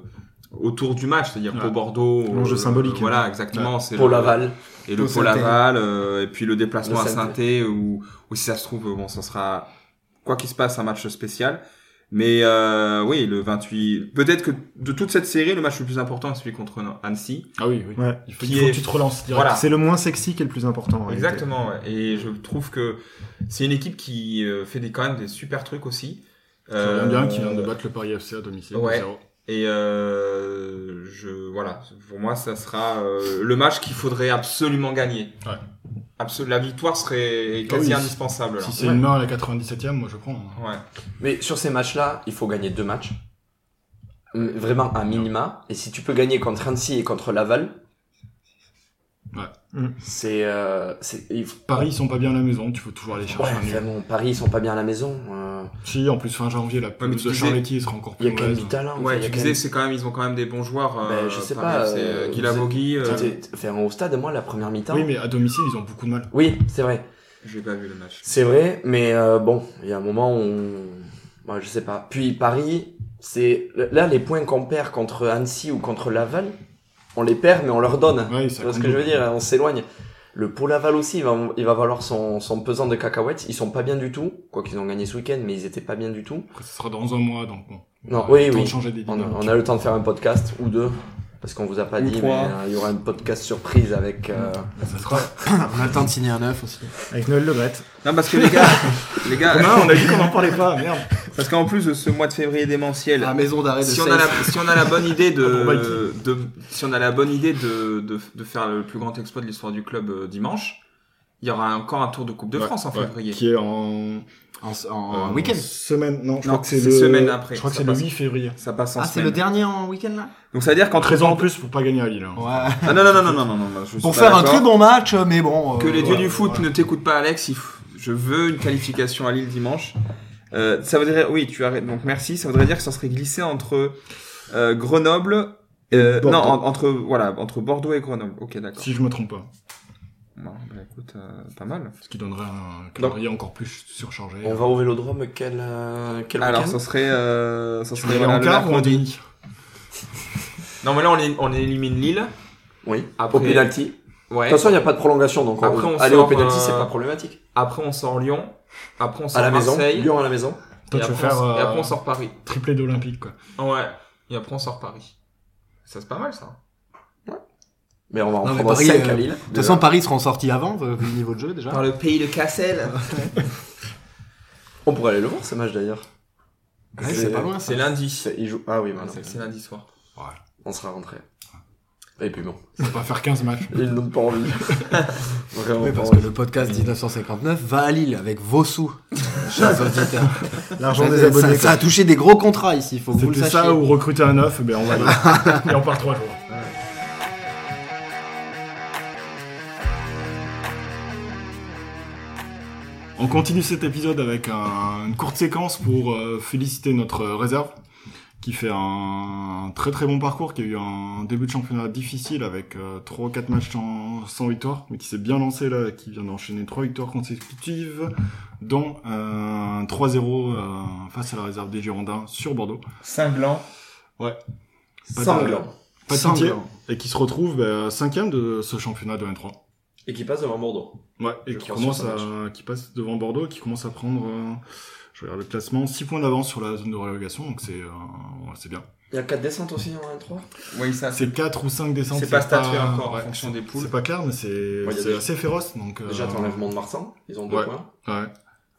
autour du match, c'est-à-dire Ouais. pour Bordeaux. L'enjeu euh, symbolique. Voilà, exactement. c'est Pour le- Laval. et le Au pôle Saint-Thé. aval, euh, et puis le déplacement Le à Saint-Thé. Saint-Thé, ou, ou si ça se trouve, bon, ça sera, quoi qu'il se passe, un match spécial. Mais euh, oui, le 28... Peut-être que de toute cette série, le match le plus important est celui contre *laughs* Annecy. Ah oui, oui. Ouais. Il faut, Qui il faut est- que tu te relances direct. Voilà. C'est le moins sexy qui est le plus important. en réalité. Exactement, ouais. et je trouve que c'est une équipe qui euh, fait des, quand même des super trucs aussi. Ça revient bien qui Euh, vient de battre le Paris FC à domicile. Ouais. 2-0. Et euh, je voilà, pour moi ça sera euh, le match qu'il faudrait absolument gagner. Ouais. Absol- la victoire serait Ah oui, quasi si- indispensable. là. Si c'est Ouais. une main à la 97 e moi je prends. hein. Ouais. Mais sur ces matchs-là, il faut gagner deux matchs. Mm, Vraiment un minima. Et si tu peux gagner contre Annecy et contre Laval, Ouais. Mm. c'est... euh, c'est- il faut- Paris, ils sont pas bien à la maison, tu faut toujours aller Ouais, chercher un nul. vraiment, Paris, ils sont pas bien à la maison. euh, Si, en plus fin janvier, la mais pelouse tu de disais- Charletti sera encore Il plus y a quand même mauvaise. du talent. enfin, Ouais, il y a tu quand disais, même- c'est quand même, ils ont quand même des bons joueurs. Ben, euh, je sais Paris pas, FC, euh, Guy vous Lavogui, euh, T'es- t'es- Enfin, au stade, moi, la première mi-temps... Oui, mais à domicile, ils ont beaucoup de mal. Oui, c'est vrai. j'ai pas vu le match. C'est vrai, mais euh, bon, il y a un moment où... on- Moi, je sais pas. Puis Paris, c'est... Là, les points qu'on perd contre Annecy ou contre Laval, on les perd, mais on leur donne. Ouais, ça Tu vois compte ce que je veux beaucoup. dire On s'éloigne. Le Pôle Aval aussi, il va, il va valoir son, son pesant de cacahuètes. Ils sont pas bien du tout. Quoi qu'ils ont gagné ce week-end, mais ils étaient pas bien du tout. Après, ce sera dans un mois, donc bon. Non, On a oui, le temps oui. de changer des On a, dynamiques. on a le temps de faire un podcast ou deux. Parce qu'on vous a pas Ou dit, mais trois. euh, il y aura un podcast surprise avec. euh, Ça sera- Ah, On a le temps de signer un œuf aussi. Avec Noël Legrette. Non, parce que les gars, les gars, on a dit qu'on n'en parlait pas, merde. Parce qu'en plus de ce mois de février démentiel, La maison d'arrêt Ah, de si on, a la, Sèvres. si on a la bonne idée Ah, pour de, de si on a la bonne idée de, de, de faire le plus grand exploit de l'histoire du club euh, dimanche, il y aura encore un tour de Coupe de Ouais, France en ouais, février. Qui est en, En, en euh, week-end. Semaine, non, je Non, crois que c'est le. c'est semaine après, Je crois que ça c'est le passe. 8 février. Ça passe en Ah, c'est semaine. le dernier en week-end là Donc ça veut dire qu'en 13 ans en plus pour pas gagner à Lille. hein. Ouais. Ah non non non non non non. non, non, je suis Pour pas faire un d'accord. très bon match, mais bon. Que euh, les dieux ouais. du foot ne t'écoutent pas, Alex. il f- Je veux une qualification à Lille dimanche. Euh, ça voudrait, oui, tu arrêtes. Donc merci. Ça voudrait dire que ça serait glissé entre euh, Grenoble, euh, Bordeaux. non, en- entre voilà, entre Bordeaux et Grenoble. Ok, d'accord. Si je me trompe pas. Bon, bah, écoute, euh, pas mal. Ce qui donnerait un calendrier encore plus surchargé. On va au Vélodrome quel euh, quel Alors, week-end ça serait, euh, ça Tu serait voulais voilà, en le quart ou en mercredi. demi Non, mais là on, é- on élimine Lille. Oui. Après- Au penalty. De Ouais. toute façon, il n'y a pas de prolongation, donc Après, on aller sort, au penalty, euh, c'est pas problématique. Après, on sort Lyon. Après, on sort À la maison, Marseille. Lyon à la maison. Toi, et, tu après, veux faire on, et euh, après, on sort Paris. triplé d'Olympique, quoi. Ouais. Et après, on sort Paris. Ça c'est pas mal ça. Mais on va en Non, mais prendre Paris, 5 à euh, Lille. De toute façon, Paris seront sortis avant, euh, vu le niveau de jeu déjà. le pays de Cassel. On pourrait aller le voir ce match d'ailleurs. Ouais, c'est pas loin ça. C'est lundi. C'est- il joue- Ah oui, mais non. C'est c'est lundi soir. on sera rentré. Et puis bon, On va faire 15 matchs. ils n'ont pas envie. Vraiment Oui, pas parce que envie. le podcast 1959 va à Lille avec vos sous, chers auditeurs. L'argent Ça, des ça- abonnés. ça a touché des gros contrats ici, il faut que vous le C'était sachiez. ça ou recruter un 9, ben on *laughs* va aller. Et on part 3 jours. On continue cet épisode avec un- une courte séquence pour euh, féliciter notre euh, réserve qui fait un, très très bon parcours, qui a eu un début de championnat difficile avec 3 ou 4 matchs en- sans victoire, mais qui s'est bien lancé là, qui vient d'enchaîner 3 victoires consécutives, dont euh, un 3-0 euh, face à la réserve des Girondins sur Bordeaux. Cinglant. Pas de- Sanglant. Pas de Sans pitié. blanc. Et qui se retrouve bah, cinquième de ce championnat de N3. Et qui passe devant Bordeaux. Ouais, et Je qui crois commence sur ce à, qui passe devant Bordeaux, qui commence à prendre, euh, je regarde le classement, 6 points d'avance sur la zone de relégation, donc c'est, euh, ouais, c'est bien. Il y a 4 descentes aussi en 3 Oui, ça c'est C'est 4 ou 5 descentes. Ah, c'est pas statué encore en ouais, fonction des poules. C'est pas clair, mais c'est, Ouais, y a c'est déjà- assez féroce, donc. euh, Déjà, t'as l'enlèvement de Marsan, ils ont 2 Ouais. points. Ouais.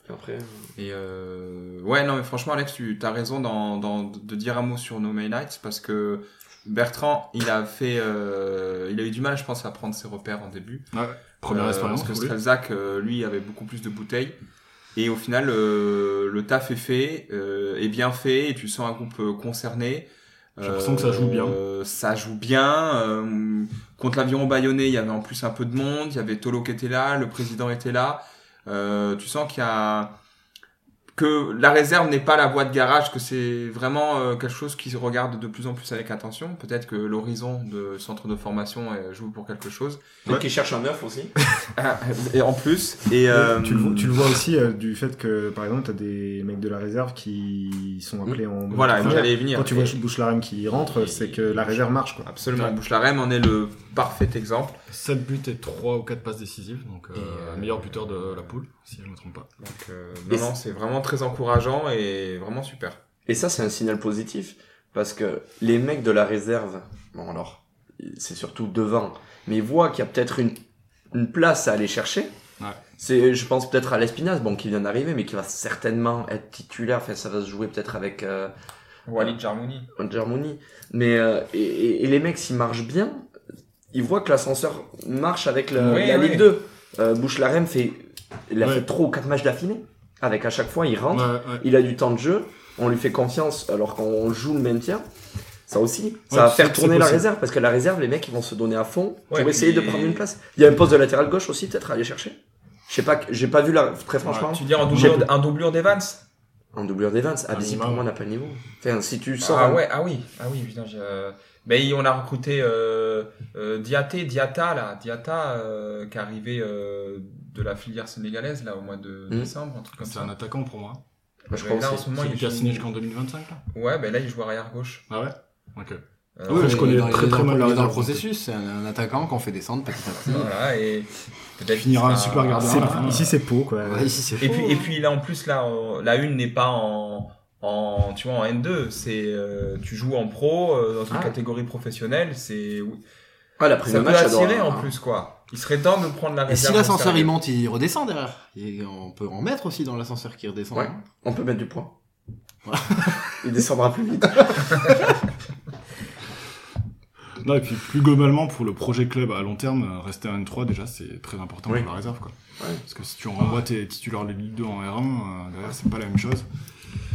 Et après, euh, Et euh, ouais, non, mais franchement, Alex, tu as raison dans, dans- de dire un mot sur No May Lights parce que Bertrand, il a fait, euh, il a eu du mal, je pense, à prendre ses repères en début. Première Euh, expérience. Parce que vous voulez. Strelzak, euh, lui, avait beaucoup plus de bouteilles. Et au final, euh, le taf est fait, euh, est bien fait, et tu sens un groupe euh, concerné. J'ai l'impression que ça joue bien. Euh, ça joue bien. euh, contre l'aviron bayonnais, il y avait en plus un peu de monde. Il y avait Tolo qui était là, le président était là. Euh, tu sens qu'il y a que la réserve n'est pas la voie de garage, que c'est vraiment euh, quelque chose qui se regarde de plus en plus avec attention. Peut-être que l'horizon de centre de formation euh, joue pour quelque chose. peut-être qu'ils cherchent un 9 aussi. Ah, et en plus et euh, Tu, le, vois- tu le vois aussi euh, du fait que, par exemple, t'as des mecs de la réserve qui sont appelés en. Mm. voilà Quand j'allais y venir tu vois Bouchelarem qui rentre, c'est que la réserve marche, quoi. absolument Bouchelarem en est le parfait exemple 7 buts et 3 ou 4 passes décisives, donc euh, Et, euh, meilleur buteur de la poule, si je me trompe pas. donc euh, non, non c'est vraiment très encourageant et vraiment super Et ça, c'est un signal positif. Parce que les mecs de la réserve, bon alors, c'est surtout devant, mais ils voient qu'il y a peut-être une, une place à aller chercher. Ouais. C'est, je pense peut-être à l'Espinasse, bon, qui vient d'arriver, mais qui va certainement être titulaire. Enfin, ça va se jouer peut-être avec euh, Walid Jarmouni Germany. Mais euh, et, et- et les mecs, s'ils marchent bien, ils voient que l'ascenseur marche avec la, Oui, la oui. Ligue 2. Euh, Bouchelarem fait, il a Ouais. fait trois ou quatre matchs d'affilée. Avec à chaque fois, il rentre. Ouais, ouais. Il a du temps de jeu, on lui fait confiance alors qu'on joue le maintien. Ça aussi, ça Ouais, va tu sais faire que c'est tourner la possible. réserve parce que la réserve, les mecs, ils vont se donner à fond pour Ouais, essayer puis- de prendre une place. Il y a un poste de latéral gauche aussi, peut-être à aller chercher. Je sais pas, que- j'ai pas vu la, très franchement. tu dis un doublure- doublure, un doublure d'Evans En doublure des 20, ah, Un d'ici pour minimum. moi, on n'a pas le niveau. Enfin, si tu sors. ah un- ouais ah oui ah oui putain j'ai, euh, mais on a recruté euh, euh, Diaté Diata là Diata euh, qui est arrivé euh, de la filière sénégalaise là au mois de Mhm. décembre un truc comme C'est ça un attaquant pour moi. Moi, je Mais là, en pense ce moment, Celui il qui a joue- signé jusqu'en 2025, là. ouais ben là il joue arrière gauche Ah ouais? Ok. Euh, Oui, Après, je il connais est dans- très, il est très dans- mal la il est dans réserve. le processus, c'est un, un attaquant qu'on fait descendre petit à petit. Voilà, et peut-être Finira qu'il un super gardien. C'est- bah, Ah, ah, ah. ici, c'est Pau, quoi. *laughs* Ouais, ici, c'est Et fou, puis, hein. et puis là, en plus, là, euh, la une n'est pas en, en, tu vois, en N2. C'est, euh, tu joues en pro, euh, dans une Ah. catégorie professionnelle. C'est, oui. Ah, la prime ça de peut match, elle doit- attirer en ah. plus, quoi. Il serait temps de prendre la hein. Et si réserve. au l'ascenseur sérieux. il monte, il redescend hein. derrière. Et on peut en mettre aussi dans l'ascenseur qui redescend. Ouais. On peut mettre du point. Il descendra plus vite. Non, et puis plus globalement, pour le projet club à long terme, euh, rester en N3, déjà, c'est très important Oui. pour la réserve. Quoi. Ouais. Parce que si tu renvoies tes titulaires les Ligue 2 en R1, euh, derrière, c'est pas la même chose.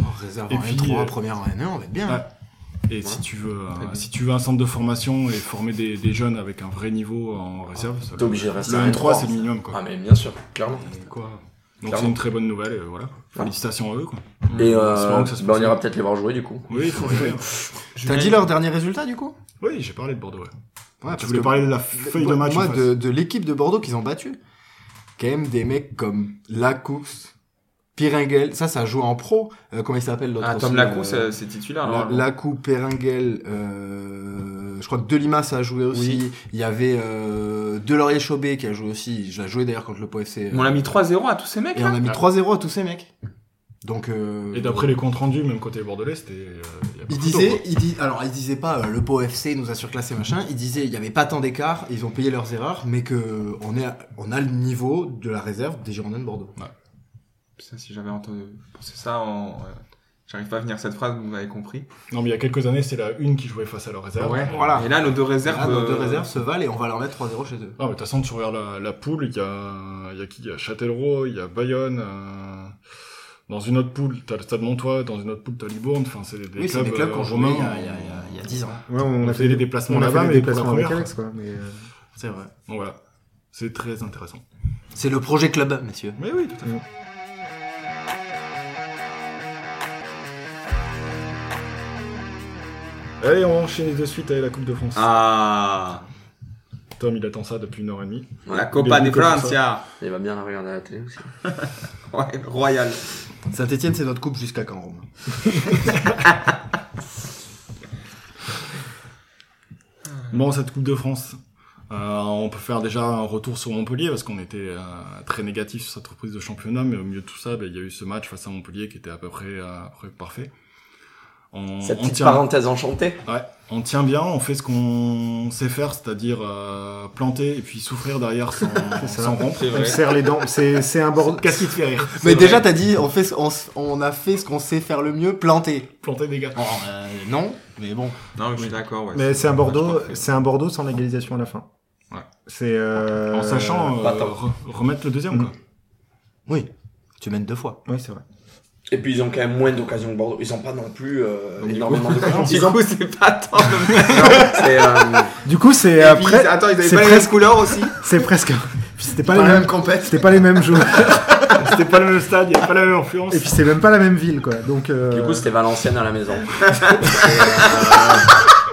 En réserve Et en puis, N3, euh, bah, première en N1, on va être bien. Ouais. Et si, tu veux, euh, si tu veux un centre de formation et former des, des jeunes avec un vrai niveau en réserve, ça- T'es obligé de rester le en N3, N3, c'est le minimum. Quoi. Ah, mais bien sûr, clairement. Donc, quoi. Donc c'est Clairement. une très bonne nouvelle, et voilà. Félicitations à eux. Quoi. Et C'est marrant euh, que ça se bah, on passe. ira peut-être les voir jouer du coup. Oui, il faut faire. T'as dit leur dernier résultat du coup *laughs* Oui, j'ai parlé de Bordeaux. Ouais. Ouais, tu parce voulais que- parler de la feuille de Moi- match. Moi, en face. de, de l'équipe de Bordeaux qu'ils ont battu. Quand même des mecs comme Lacousse, Piringel, ça, ça joue en pro. Euh, comment il s'appelle l'autre Ah, Tom aussi, Lacou, euh, c'est c'est titulaire. La- normalement. Lacou, Péringuel, euh, je crois que Delima ça a joué aussi. Il y avait euh, Delaurier Chobé qui a joué aussi. Je l'ai joué d'ailleurs contre le POFC. euh, Mais On a mis 3-0 à tous ces mecs hein. et on là. a mis 3-0 à tous ces mecs. Donc euh, Et d'après les comptes rendus, même côté bordelais, c'était. euh, il y a pas il photo, disait, quoi. il dit, alors il disait pas euh, le POFC nous a surclassé machin. Il disait il y avait pas tant d'écart, ils ont payé leurs erreurs, mais que on est, à- on a le niveau de la réserve des Girondins de Bordeaux. Putain, si j'avais entendu penser ça en. euh, J'arrive pas à venir cette phrase, vous m'avez compris. Non, mais il y a quelques années, c'est la une qui jouait face à leur réserve. Ouais. Voilà. Et là, nos deux Là, réserves. Ah. nos deux euh, réserves se valent et on va leur mettre 3-0 chez eux. Ah, mais de toute façon, tu regardes la, la poule, il y a, il y a qui Il y a Châtellerault, il y a Bayonne. euh, Dans une autre poule, t'as le Stade Montois, dans une autre poule, t'as Libourne. Enfin, c'est des, des Oui, c'est clubs, des clubs euh, qu'on jouait romains. il y a- il y a- il y a- il y a 10 ans. Ouais, on, On a a fait, fait des déplacements on a fait là-bas, des mais pour la déplacements avec première. Alex, quoi. Mais, euh, C'est vrai. Donc voilà. C'est très intéressant. C'est le projet club, messieurs. Mais oui, tout à fait. Mm. Allez, on va enchaîner de suite avec la Coupe de France. Ah Tom, il attend ça depuis une heure et demie. La Copa Il est de venu comme Francia Il va bien la regarder à la télé aussi. Ouais, Royal. Saint-Etienne, c'est notre coupe jusqu'à quand, Romain Bon, cette Coupe de France, euh, on peut faire déjà un retour sur Montpellier parce qu'on était euh, très négatif sur cette reprise de championnat, mais au milieu de tout ça, ben, il y a eu ce match face à Montpellier qui était à peu près, euh, à peu près parfait. On, Cette on petite tient- parenthèse enchantée. Ouais, on tient bien, on fait ce qu'on sait faire, c'est-à-dire euh, planter et puis souffrir derrière *laughs* sans, sans rompre. C'est on vrai. serre les dents. C'est c'est un Bordeaux. Qu'est-ce qui te fait rire Mais déjà, t'as dit, on, fait, ce- on, s- on a fait ce qu'on sait faire le mieux, planter. Planter des gars. Euh, non, mais bon. Non, mais je suis d'accord, ouais. Mais c'est un Bordeaux. euh, match parfait. C'est un Bordeaux sans l'égalisation à la fin. Ouais. C'est euh, En sachant euh, pas Mm. tant. re- remettre le deuxième, quoi. Oui, tu mènes deux fois. euh, Oui, c'est vrai. Et puis ils ont quand même moins d'occasions que Bordeaux. Ils ont pas non plus euh, Donc, du *laughs* énormément d'occasions. Du Ils ont- coup, c'est pas tant. c'est, euh, Du coup, c'est Et puis, après. Attends, ils avaient c'est pas les mêmes presque- couleurs aussi C'est presque. *laughs* C'était pas, les mêmes. compète. C'était pas les mêmes joueurs. *laughs* C'était pas le même stade, il n'y avait pas la même influence. Et puis c'est même pas la même ville, quoi. Donc. euh, Du coup, c'était Valenciennes à la *laughs* maison. Et, euh,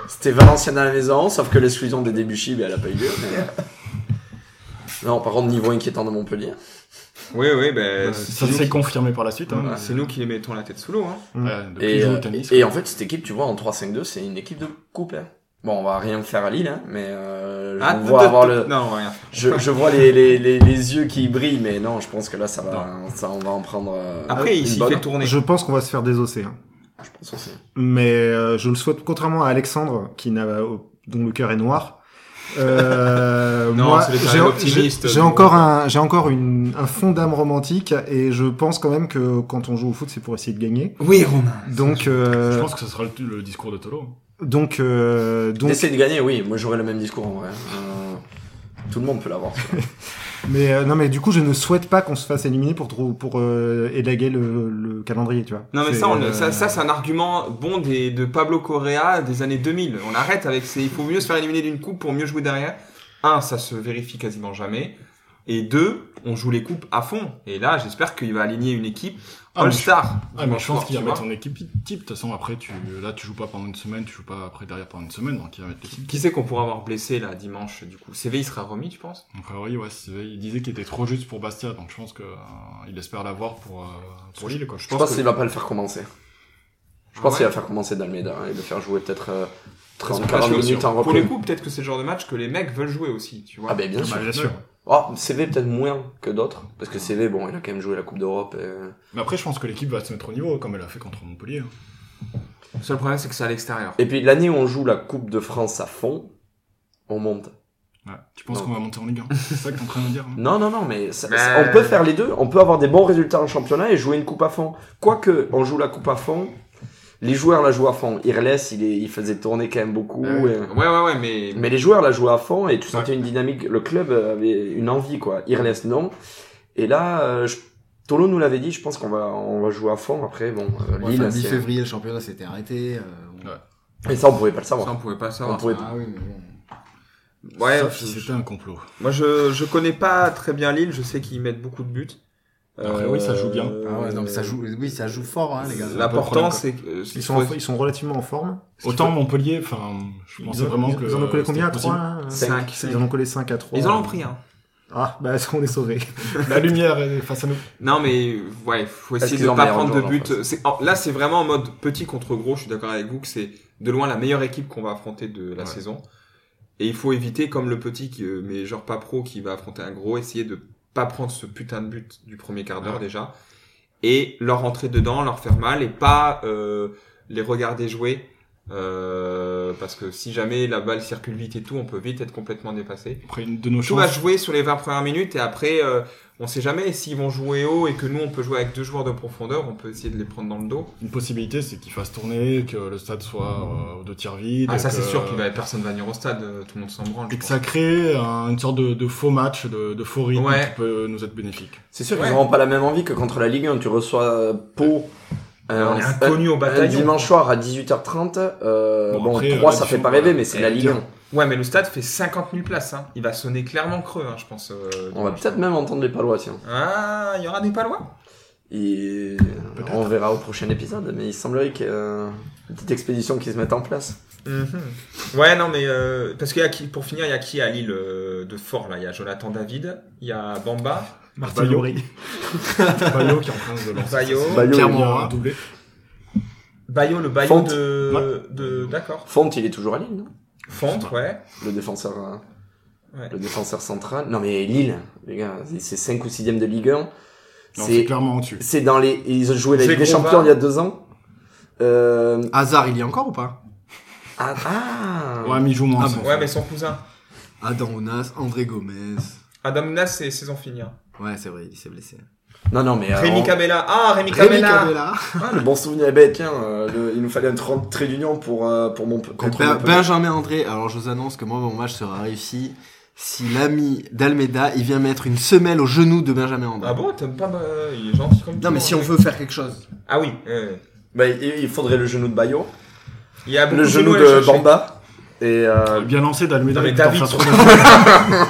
C'était Valenciennes à la maison, sauf que l'exclusion des Debuchy, ben, elle a pas eu lieu. *laughs* mais- Non, par contre, niveau inquiétant de Montpellier. *laughs* Oui, oui, euh, ben. Euh, ça c'est nous s'est qui- confirmé par la suite. Hein, Ouais, C'est nous qui les mettons la tête sous l'eau, hein. Ouais, depuis Et, le euh, au tennis. et en fait, cette équipe, tu vois, en 3-5-2, c'est une équipe de coupe. hein. Bon, on va rien faire à Lille, hein, mais euh, je Ah, vois t- avoir t- le. Non, on va rien. Je, je vois les, les, les, les yeux qui brillent, mais non, je pense que là, ça va, ça, on va en prendre. euh, Après, une il s'y bonne, fait tourner. Je pense qu'on va se faire désosser. hein. je pense aussi. Mais euh, je le souhaite, contrairement à Alexandre, qui n'a, euh, dont le cœur est noir. *laughs* euh, Non, moi, c'est les j'ai, carrés optimistes, j'ai- j'ai mais bon. euh. encore un, j'ai encore une, un fond d'âme romantique et je pense quand même que quand on joue au foot, c'est pour essayer de gagner. Oui, Romain. Donc, euh, Ah, Je pense que ce sera le, le discours de Tolo. hein. donc, euh, donc, D'essayer de gagner, oui, moi j'aurais le même discours en vrai. Euh, tout le monde peut l'avoir. mais euh, non, mais du coup, je ne souhaite pas qu'on se fasse éliminer pour trou- pour euh, élaguer le, le calendrier, tu vois. Non, mais C'est, ça, on- euh, ça, ça, c'est un argument bon des, de Pablo Correa des années 2000. On arrête avec ces. Il faut mieux se faire éliminer d'une coupe pour mieux jouer derrière. Un, ça se vérifie quasiment jamais. Et deux, on joue les coupes à fond. Et là, j'espère qu'il va aligner une équipe Ah, mais je- All-Star. Ah, mais je pense qu'il va Tu mettre vois. ton équipe type. De toute façon, après, tu, là, tu joues pas pendant une semaine, tu joues pas après derrière pendant une semaine, donc il va mettre l'équipe. Qui c'est qu'on pourra avoir blessé là dimanche du coup CV il sera remis, tu penses A priori, ouais, c'est- il disait qu'il était trop juste pour Bastia, donc je pense que euh, il espère l'avoir pour, euh, pour Lille, quoi. Je Je pense pense que qu'il va pas le faire commencer. Je Ah pense ouais qu'il va faire commencer Dalmeida hein, et le faire jouer peut-être euh, 30 Parce 40 que minutes en Pour le reprise. coup, peut-être que c'est le genre de match que les mecs veulent jouer aussi, tu vois. Ah ben bien Bah, sûr. bien sûr. Oh, CV peut-être moins que d'autres parce que CV bon, il a quand même joué la Coupe d'Europe et- Mais après, je pense que l'équipe va se mettre au niveau, comme elle a fait contre Montpellier. hein. Le seul problème c'est que c'est à l'extérieur. et puis l'année où on joue la Coupe de France à fond, on monte. Ouais. Tu penses Non. qu'on va monter en Ligue 1 C'est ça que t'es en train de me dire hein Non, non, non, mais, ça- Mais- ça- on peut faire les deux. On peut avoir des bons résultats en championnat et jouer une coupe à fond. Quoique, on joue la coupe à fond les joueurs la jouent à fond. Irles, il, est- il faisait tourner quand même beaucoup. et- Ah Euh, Ouais, ouais, ouais, mais. mais les joueurs la jouaient à fond et tu sentais une dynamique. Le club avait une envie, quoi. Irles, non. Et là, euh, je- Tolo nous l'avait dit, je pense qu'on va, on va jouer à fond. Après, bon, euh, Ouais, Lille, fin 10 c'est- février, le championnat s'était arrêté. euh, on- Et ça, on pouvait pas le Ça, savoir. on pouvait pas On savoir. pouvait Ah oui, mais bon. Ouais, Sauf si je- c'était un complot. moi je, je connais pas très bien Lille, je sais qu'ils mettent beaucoup de buts. Euh, Après, oui, ça joue bien. Ah ouais, non, mais ça joue, oui, ça joue fort, hein, les gars. L'important, c'est que. euh, c'est Ils qu'il sont, faut- en- ils sont relativement en forme. Autant Montpellier, enfin, je Ils, pensais ont- vraiment ils- que. ils en ont collé euh, combien à c'était 3 hein Cinq. Ils en ont collé 5 à 3. Ils en ont pris, hein. Ah, bah on est sauvés. possible. La lumière est face à nous. Non, mais ouais, faut Parce essayer qu'ils de pas emmerdent prendre de en but. face. C'est- en- Là, c'est vraiment en mode petit contre gros. Je suis d'accord avec vous que c'est de loin la meilleure équipe qu'on va affronter de la Ouais. saison. Et il faut éviter, comme le petit, qui, euh, mais genre pas pro, qui va affronter un gros, essayer de pas prendre ce putain de but du premier quart d'heure Ouais. déjà. Et leur rentrer dedans, leur faire mal et pas euh, les regarder jouer. Euh, parce que si jamais la balle circule vite et tout, on peut vite être complètement dépassé. Après une de nos Tout va chances. jouer sur les 20 premières minutes et après, euh, on sait jamais s'ils vont jouer haut et que nous, on peut jouer avec deux joueurs de profondeur, on peut essayer de les prendre dans le dos. Une possibilité, c'est qu'il fasse tourner, que le stade soit euh, de tir vide. Ah, ça, et c'est que- sûr qu'il va personne va venir au stade, euh, tout le monde s'en branle. je Et que pense. ça crée un- une sorte de, de faux match, de, de faux rythme Ouais. qui peut nous être bénéfique. C'est sûr Ouais. qu'ils n'auront pas la même envie que contre la Ligue 1. Tu reçois euh, Pau euh, On est inconnu au un bataillon. dimanche soir à 18h30. Euh, Bon, bon, après, 3, euh, ça fait pas voilà. rêver, mais c'est Et la Ligue 1. dire- Ouais, mais le stade fait 50 000 places. Hein. Il va sonner clairement creux, hein, je pense. euh, On va dimanche. peut-être même entendre les Palois, tiens. Ah, il y aura des palois Et on verra au prochain épisode, mais il semblerait qu'il y ait euh, une petite expédition qui se mette en place. Mhm. Ouais, non, mais euh, parce qu'il y a qui, pour finir, il y a qui à Lille euh, de fort là Il y a Jonathan David, il y a Bamba, Martin Bayo. Lloris. Bayo qui est en train de lancer. Bayo, Bayo, Clairement, il- un doublé. Bayo, le Bayo Fonte. de, de, d'accord. Font, il est toujours à Lille, non Fonte, ouais. le défenseur, euh, Ouais. le défenseur central. Non mais Lille, les gars, c'est- c'est 5 ou 6 de Ligue 1. Non, c'est C'est clairement en dessus. c'est dans les ils ont joué la C'est Ligue des Grosjean. Champions il y a deux ans. Euh, Hazard, il y a encore ou pas ah, ah. Ouais, mais il joue moins. Ah ça. bon. Ouais, mais son cousin. Adam Onas, André Gomez. Adam Nas, c'est saison finie. hein. Ouais, c'est vrai, il s'est blessé. Non non mais euh, Rémi on- Cabella. Ah, Rémi Rémi Cabella. Cabella. ah, le bon souvenir eh ben tiens, euh, le- il nous fallait un tran- trait d'union pour euh, pour mon contre Ben- Montpellier. Benjamin André, alors je vous annonce que moi mon match sera réussi si l'ami d'Almeida il vient mettre une semelle au genou de Benjamin André. Ah bon, t'aimes pas euh, Il est gentil comme Non tout, mais si hein. on veut faire quelque chose. Ah oui. euh, Bah, il il faudrait le genou de Bayo, il y a beaucoup le genou à de chercher. Bamba et euh, Bien lancé d'Almeida. Non, mais il est en David, face-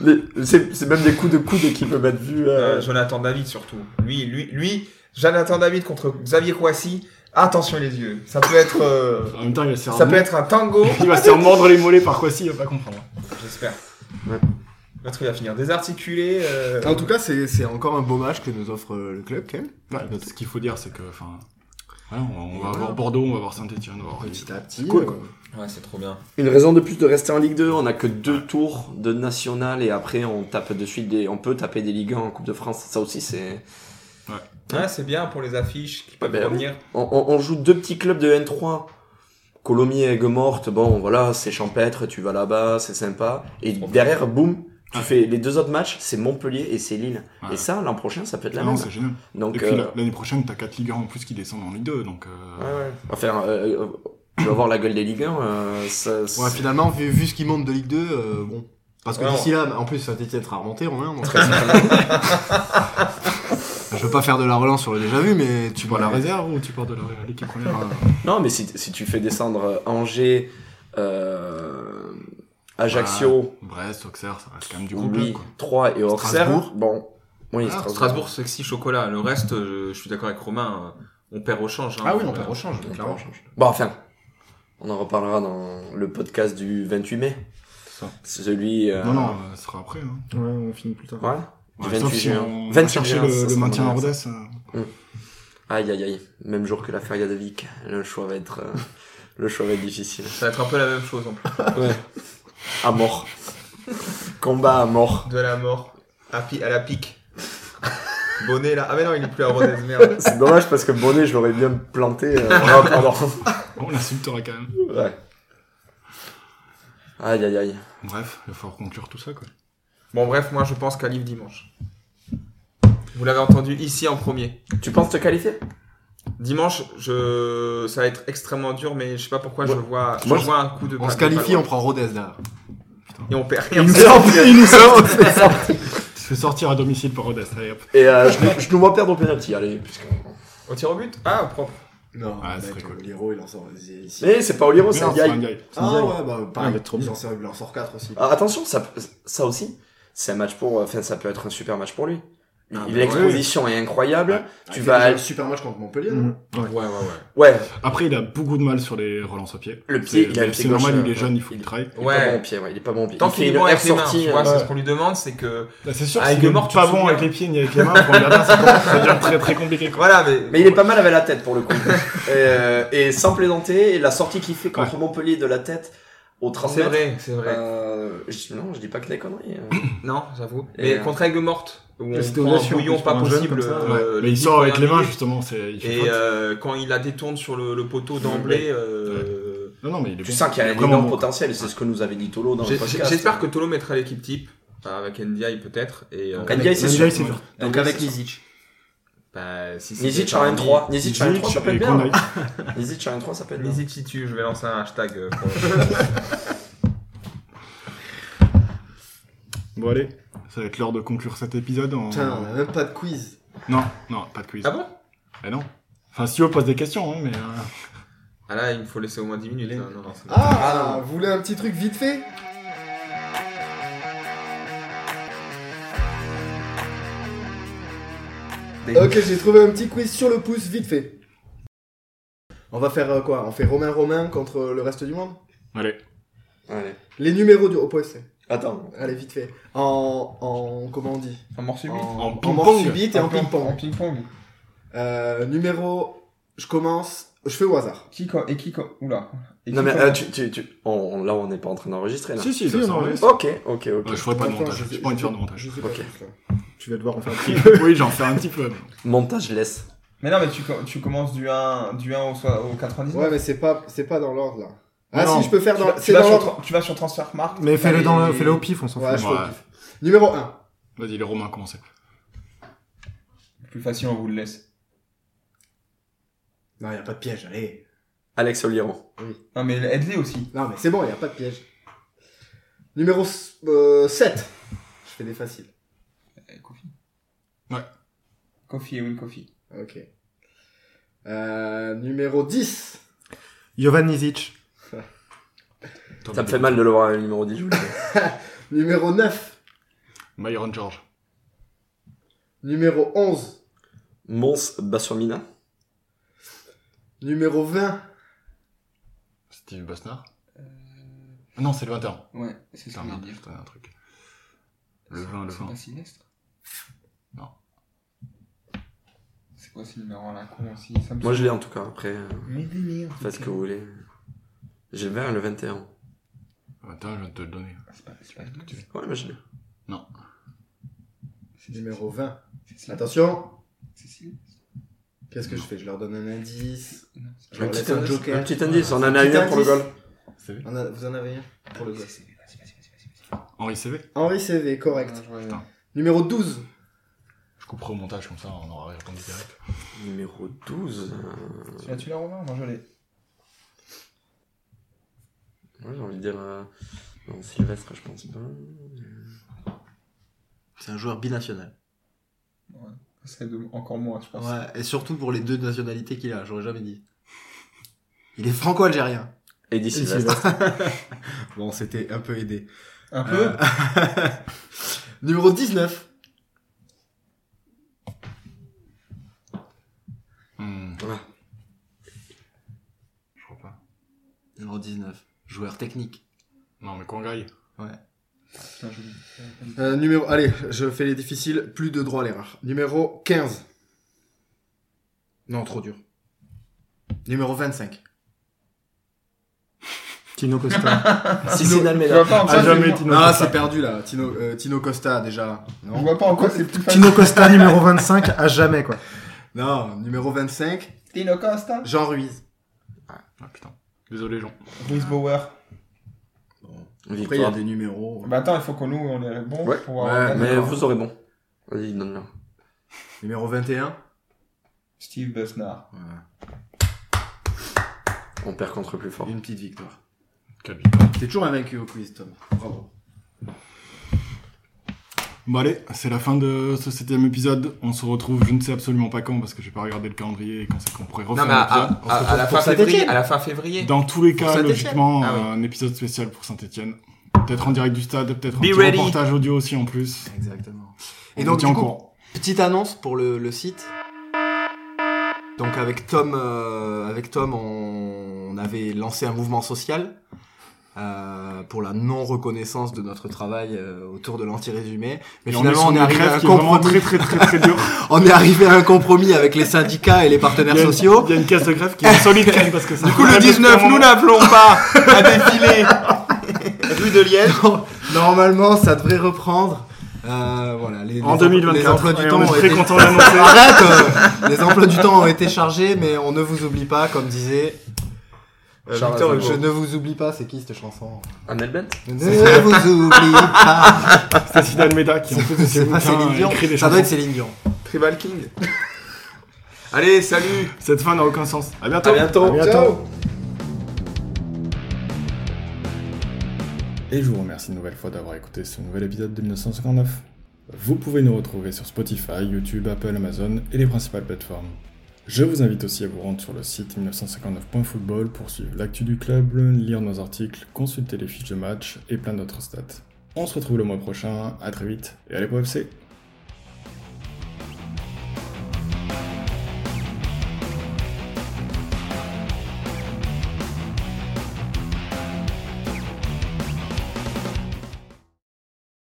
Les- C'est c'est même des coups de coude qui peuvent être vus. euh, Euh, Jonathan David surtout. Lui, lui, lui. Jonathan David contre Xavier Kouassi. Attention les yeux. Ça peut être. euh, En même temps, il va se faire Ça peut mordre- être un tango. il va se faire mordre les mollets par quoi si, il va pas comprendre. J'espère. Ouais. L'autre il va finir désarticulé. euh, En tout cas c'est c'est encore un beau match que nous offre euh, le club quand même. Ouais, ce qu'il faut dire, c'est que, enfin, voilà, on, on va voir Bordeaux, on va voir Saint-Etienne, on va voir Petit à petit. Cool, euh, quoi. Ouais, c'est trop bien. Une raison de plus de rester en Ligue 2. On a que deux tours de national et après on tape de suite des, on peut taper des Ligue 1 en Coupe de France. Ça aussi c'est, Ouais, c'est bien pour les affiches qui peuvent Ah ben oui. revenir. on, on- on joue deux petits clubs de N3. Colomiers et Aigues-Mortes, bon voilà, c'est champêtre, tu vas là-bas, c'est sympa. Et derrière, boum, tu Ouais. fais les deux autres matchs, c'est Montpellier et c'est Lille. Ouais. Et ça, l'an prochain, ça peut être la Ah même. non, c'est génial. Donc, Et puis euh, la- l'année prochaine, t'as 4 Ligue 1 en plus qui descendent en Ligue 2, donc ouais, euh, ouais. Enfin, euh, euh, tu vas voir la gueule des Ligue 1. euh, ça- Ouais c'est- finalement vu, vu ce qui monte de Ligue 2, euh, bon. Parce que Ouais, d'ici là, en plus Saint-Etienne sera remonté Romain, donc euh, ça, c'est- Je veux pas faire de la relance sur le déjà vu, mais tu tu vois pars à la la raison. réserve ou tu pars de la- l'équipe première Non, mais si, si tu fais descendre euh, Angers, euh, Ajaccio, Brest, Auxerre, ça reste quand même du groupe. oublie 3 et Auxerre, Strasbourg. bon, oui, Ah, Strasbourg. Strasbourg, sexy chocolat. Le reste, euh, je suis d'accord avec Romain, euh, on perd au change. Ah hein. au change, Donc, on change. Bon, enfin, on en reparlera dans le podcast du 28 mai. Ça. Celui. euh, Non, non, euh, ce sera après. Hein. Ouais, on finit plus tard. Ouais. Du Ouais, 28 sauf si juin. on va 28 chercher juin, ça le, le sera maintien à dans la- Rodez. euh, Aïe, aïe, aïe. Même jour que la Feria de Vic. Le choix va être, euh, le choix va être difficile. Ça va être un peu la même chose en plus. À mort. Combat à mort. De la mort. À, pi- à la *laughs* pique. Bonnet là. Ah mais non, il est plus à Rodez, merde. C'est dommage parce que Bonnet, je l'aurais bien planté. euh, *laughs* en attendant. On l'insultera quand même. ouais. Aïe, aïe, aïe. Bref, il va falloir conclure tout ça, quoi. Bon bref, moi je pense qu'à Lille dimanche. Vous l'avez entendu ici en premier. Tu penses te qualifier Dimanche, je... ça va être extrêmement dur, mais je sais pas pourquoi je Ouais. vois, je Moi, je- vois un coup de. On pas- se de qualifie, on Palois. prend Rodez derrière. et on perd. *laughs* Il nous sort, il nous sort. Je fais sortir à domicile pour Rodest. Allez, hop. Et euh, je, nous- je nous vois perdre au pénalty, allez. puisque- Au tir au but Ah, propre. Non, Ah, ce mec, serait cool. Liro, il en sort ici. Mais c'est pas Oliro, Oh, c'est Merde, un c'est gars. un gars. Ah ouais, bah Ah, pareil, mais trop il, bien. en sort, il en sort 4 aussi. Ah, attention, ça, ça aussi, c'est un match pour. Enfin, ça peut être un super match pour lui. Il- Ah, bah L'exposition est incroyable. Ah, tu il vas fait déjà aller- un super match contre Montpellier. Mhm. non Ouais, ouais, ouais. Ouais, Après, il a beaucoup de mal sur les relances au pied. le pied, C'est- il a le c'est pied gauche. normal, euh, il est jeune, il faut qu'il travaille. Il est Ouais. pas bon au pied, ouais, il est pas bon au pied. Tant il fait qu'il est une bon air avec les mains, tu sortie. vois, euh, c'est ce qu'on lui demande, c'est que. Bah, c'est sûr, Avec s'il le est mort, tu pas te bon souviens. avec les pieds ni avec les mains, pour le gardien, ça commence à devenir très très compliqué. *laughs* quoi. Voilà, mais. Mais il est pas mal avec la tête pour *laughs* le coup. Euh, et sans plaisanter, et la sortie qu'il fait contre Montpellier de la tête au 30 C'est mètres. vrai, c'est vrai. euh, je- non, je dis pas que des conneries. euh. Non, j'avoue. Et Mais euh, contre Aigle Morte, où on C'était prend un audacieux, en bouillon plus, pas pour un jeune possible. comme ça. euh, Mais il dix sort avec les premières mains, minutes. justement. c'est- il fait Et faute. euh, quand il la détourne sur le, le poteau d'emblée, euh, Non, non, mais il est Tu bon. sens qu'il y Il a un est vraiment énorme bon. potentiel, c'est ce que nous avait dit Tolo dans le j'ai- j'ai- podcast. j'espère que Tolo mettra l'équipe type avec Ndiaye peut-être. Et euh, Donc, Ndiaye, c'est Ndiaye, sûr. c'est sûr. Donc avec Nizic. bah, si c'était Nizic pas en Ndiaye- N3. Nizic en Zic N3, ça peut et être bien. hein. Konaté. Nizic en N3, ça peut être bien. Nizic si tu, je vais lancer un hashtag. *laughs* euh, pour- Bon, allez, ça va être l'heure de conclure cet épisode. En... Putain, on a même pas de quiz. Non, non, pas de quiz. ah bon Eh non. Enfin, si on pose des questions, hein, mais. euh, Ah là, il me faut laisser au moins 10 minutes. hein. Non, non, c'est bon. Ah, vous voulez un petit truc vite fait Ok, j'ai trouvé un petit quiz sur le pouce, vite fait. On va faire euh, quoi On fait Romain-Romain contre euh, le reste du monde Allez. Allez. Les numéros du... Au point, c'est- Attends. Allez, vite fait. En... en... comment on dit En mort subite. En, en ping-pong. mort subite et en En ping-pong. ping-pong. Euh, numéro... Je commence... Je fais au hasard. Qui co- et qui co- Oula. Et Non qui mais co- euh, tu, tu, tu... on- on- là on n'est pas en train d'enregistrer là. Si, si, Si, ça on sort. enregistre. Ok, ok, ok. Ouais, Je ferai pas de Enfin, montage. sais- J'ai pas envie de faire de sais- montage. Je sais pas Ok. juste, là. Tu vas devoir en *laughs* faire. Oui, j'en fais un petit peu. Montage laisse. Mais non, mais tu, co- tu commences du 1, du 1 au, so- au 99. Ouais, mais c'est pas, c'est pas dans l'ordre là. Ah Non. si, je peux faire Tu dans. vas- tu, C'est vas dans sur, l'ordre. tra- tu vas sur Transfermarkt. Mais fais-le t'as dans le, les- fais-le au pif, on s'en Ouais, fout. je Ouais. fais au pif. Numéro 1. Vas-y, les Romains, commencez. Plus facile, on vous le laisse. Non, y a pas de piège, allez. Alex Oliron. Non, mais aide-les aussi. Non, mais c'est bon, y a pas de piège. Numéro 7. Je fais des faciles. Euh, Kofi. Ouais. Kofi et Win Kofi. Ok. Euh, numéro 10. Jovan Nizic. Ça me fait mal de le voir à numéro 10. je vous le dis. Numéro 9. Myron George. Numéro 11. Mons Bassurmina. Numéro 20. Steve Bastard. Non, c'est le 21. Euh, Ouais, c'est ça. Putain, merde, je t'en ai un truc. Le 20, le C'est 20. pas Sinistre Non. C'est quoi ce numéro à la con aussi ça me Moi je saoule. l'ai en tout cas après. euh, Mais des merdes. Faites ce que vous voulez. J'ai le 20 et le 21. Attends, je viens de te le donner. C'est pas, c'est pas le doute. Ouais mais je l'ai. C'est- Numéro 20. c'est- c'est- Attention. c'est- c'est- Qu'est-ce que je fais Je leur donne un indice. non, c'est- Je leur Un laisse petit un indice. joker. Un petit indice, on en a Petit eu un pour le indice. goal. C'est On a- vous en avez un pour le c'est- gosse. c'est- c'est- c'est- c'est- c'est- c'est- Henri CV. Henri CV, correct. Ah, je vois- Putain. Numéro 12. Je couperai au montage comme ça, on aura répondu direct. Numéro 12. euh, Celui-là, tu l'as, Romain Moi, je l'ai. Ouais, j'ai envie de dire. euh, Non, Sylvestre, je pense pas. C'est un joueur binational. C'est de- encore moins, je pense. Ouais, et surtout pour les deux nationalités qu'il a, j'aurais jamais dit. Il est franco-algérien. Eddie Et Sylvestre. bon, c'était un peu aidé. Un peu *laughs* Euh, Numéro 19. Hmm. Ouais. Je crois pas. Numéro 19. Joueur technique. Non, mais Kwangai. Putain, je l'ai. Euh, numéro, allez, je fais les difficiles, plus de droit à l'erreur. Numéro 15. Non, trop dur. Numéro 25. *laughs* Tino Costa. Si, si, Je Almeida. vois pas en Ah, quoi jamais c'est- Tino. Ah, Costa. c'est perdu là, Tino, euh, Tino Costa déjà. Je Non, vois pas en quoi c'est plus facile. Tino Costa, numéro 25, à jamais, quoi. non numéro 25, Tino Costa. Jean Ruiz. Ah putain. Désolé, Jean. Bruce Bauer. Après, il y a Victoire. des numéros. euh, Bah attends, il faut que nous on est bon Ouais, pour ouais, avoir Mais d'accord. vous aurez bon. Vas-y, donne-le. Numéro 21, Steve Besnard. On perd contre plus fort. Une petite victoire. Quelle victoire. T'es toujours un vaincu au quiz, Tom. Bravo. Bon allez, c'est la fin de ce septième épisode. On se retrouve, je ne sais absolument pas quand parce que j'ai pas regardé le calendrier et quand c'est qu'on pourrait refaire. Non, mais un à, épisode. à- à- à la fin février. À la fin février. Dans tous les Pour cas, Saint-Étienne. logiquement, Ah ouais. euh, un épisode spécial pour Saint-Etienne. Peut-être en direct du stade, peut-être un Be petit ready. reportage audio aussi en plus. Exactement. On Et vous donc, tient du au coup, courant. Petite annonce pour le, le site. Donc avec Tom, euh, avec Tom, on, on avait lancé un mouvement social euh, pour la non reconnaissance de notre travail euh, autour de l'anti-résumé. Mais Et finalement, on est sur on est une arrivé à grève un qui est vraiment compromis. très très très très dur. On est arrivé à un compromis avec les syndicats et les partenaires Il y a une- sociaux. Il y a une caisse de grève qui est solide quand même parce que ça. Du coup, le 19, nous n'appelons pas à défiler. Rue de Liège. Normalement, ça devrait reprendre. Euh, voilà, les, En les- 2024. les emplois du Et temps on est ont très été content d'annoncer. *laughs* Arrête euh, Les emplois du temps ont été chargés, mais on ne vous oublie pas, comme disait. euh, Charles Victor Hugo. Aznavour. Ben je ne vous oublie pas, c'est qui cette chanson Annette Bent Je Ne vous oublie pas *laughs* C'est Zidane Meda qui en plus de ses C'est pas bouquins Céline Dion écrit des Ça doit chansons. être Céline Dion. Tribal King. Allez, salut. Cette fin n'a aucun sens. À bientôt. À bientôt. À é bientôt. Ciao. Et je vous remercie une nouvelle fois d'avoir écouté ce nouvel épisode de 1959. Vous pouvez nous retrouver sur Spotify, YouTube, Apple, Amazon et les principales plateformes. Je vous invite aussi à vous rendre sur le site 1959.football pour suivre l'actu du club, lire nos articles, consulter les fiches de match et plein d'autres stats. On se retrouve le mois prochain, à très vite et allez pour FC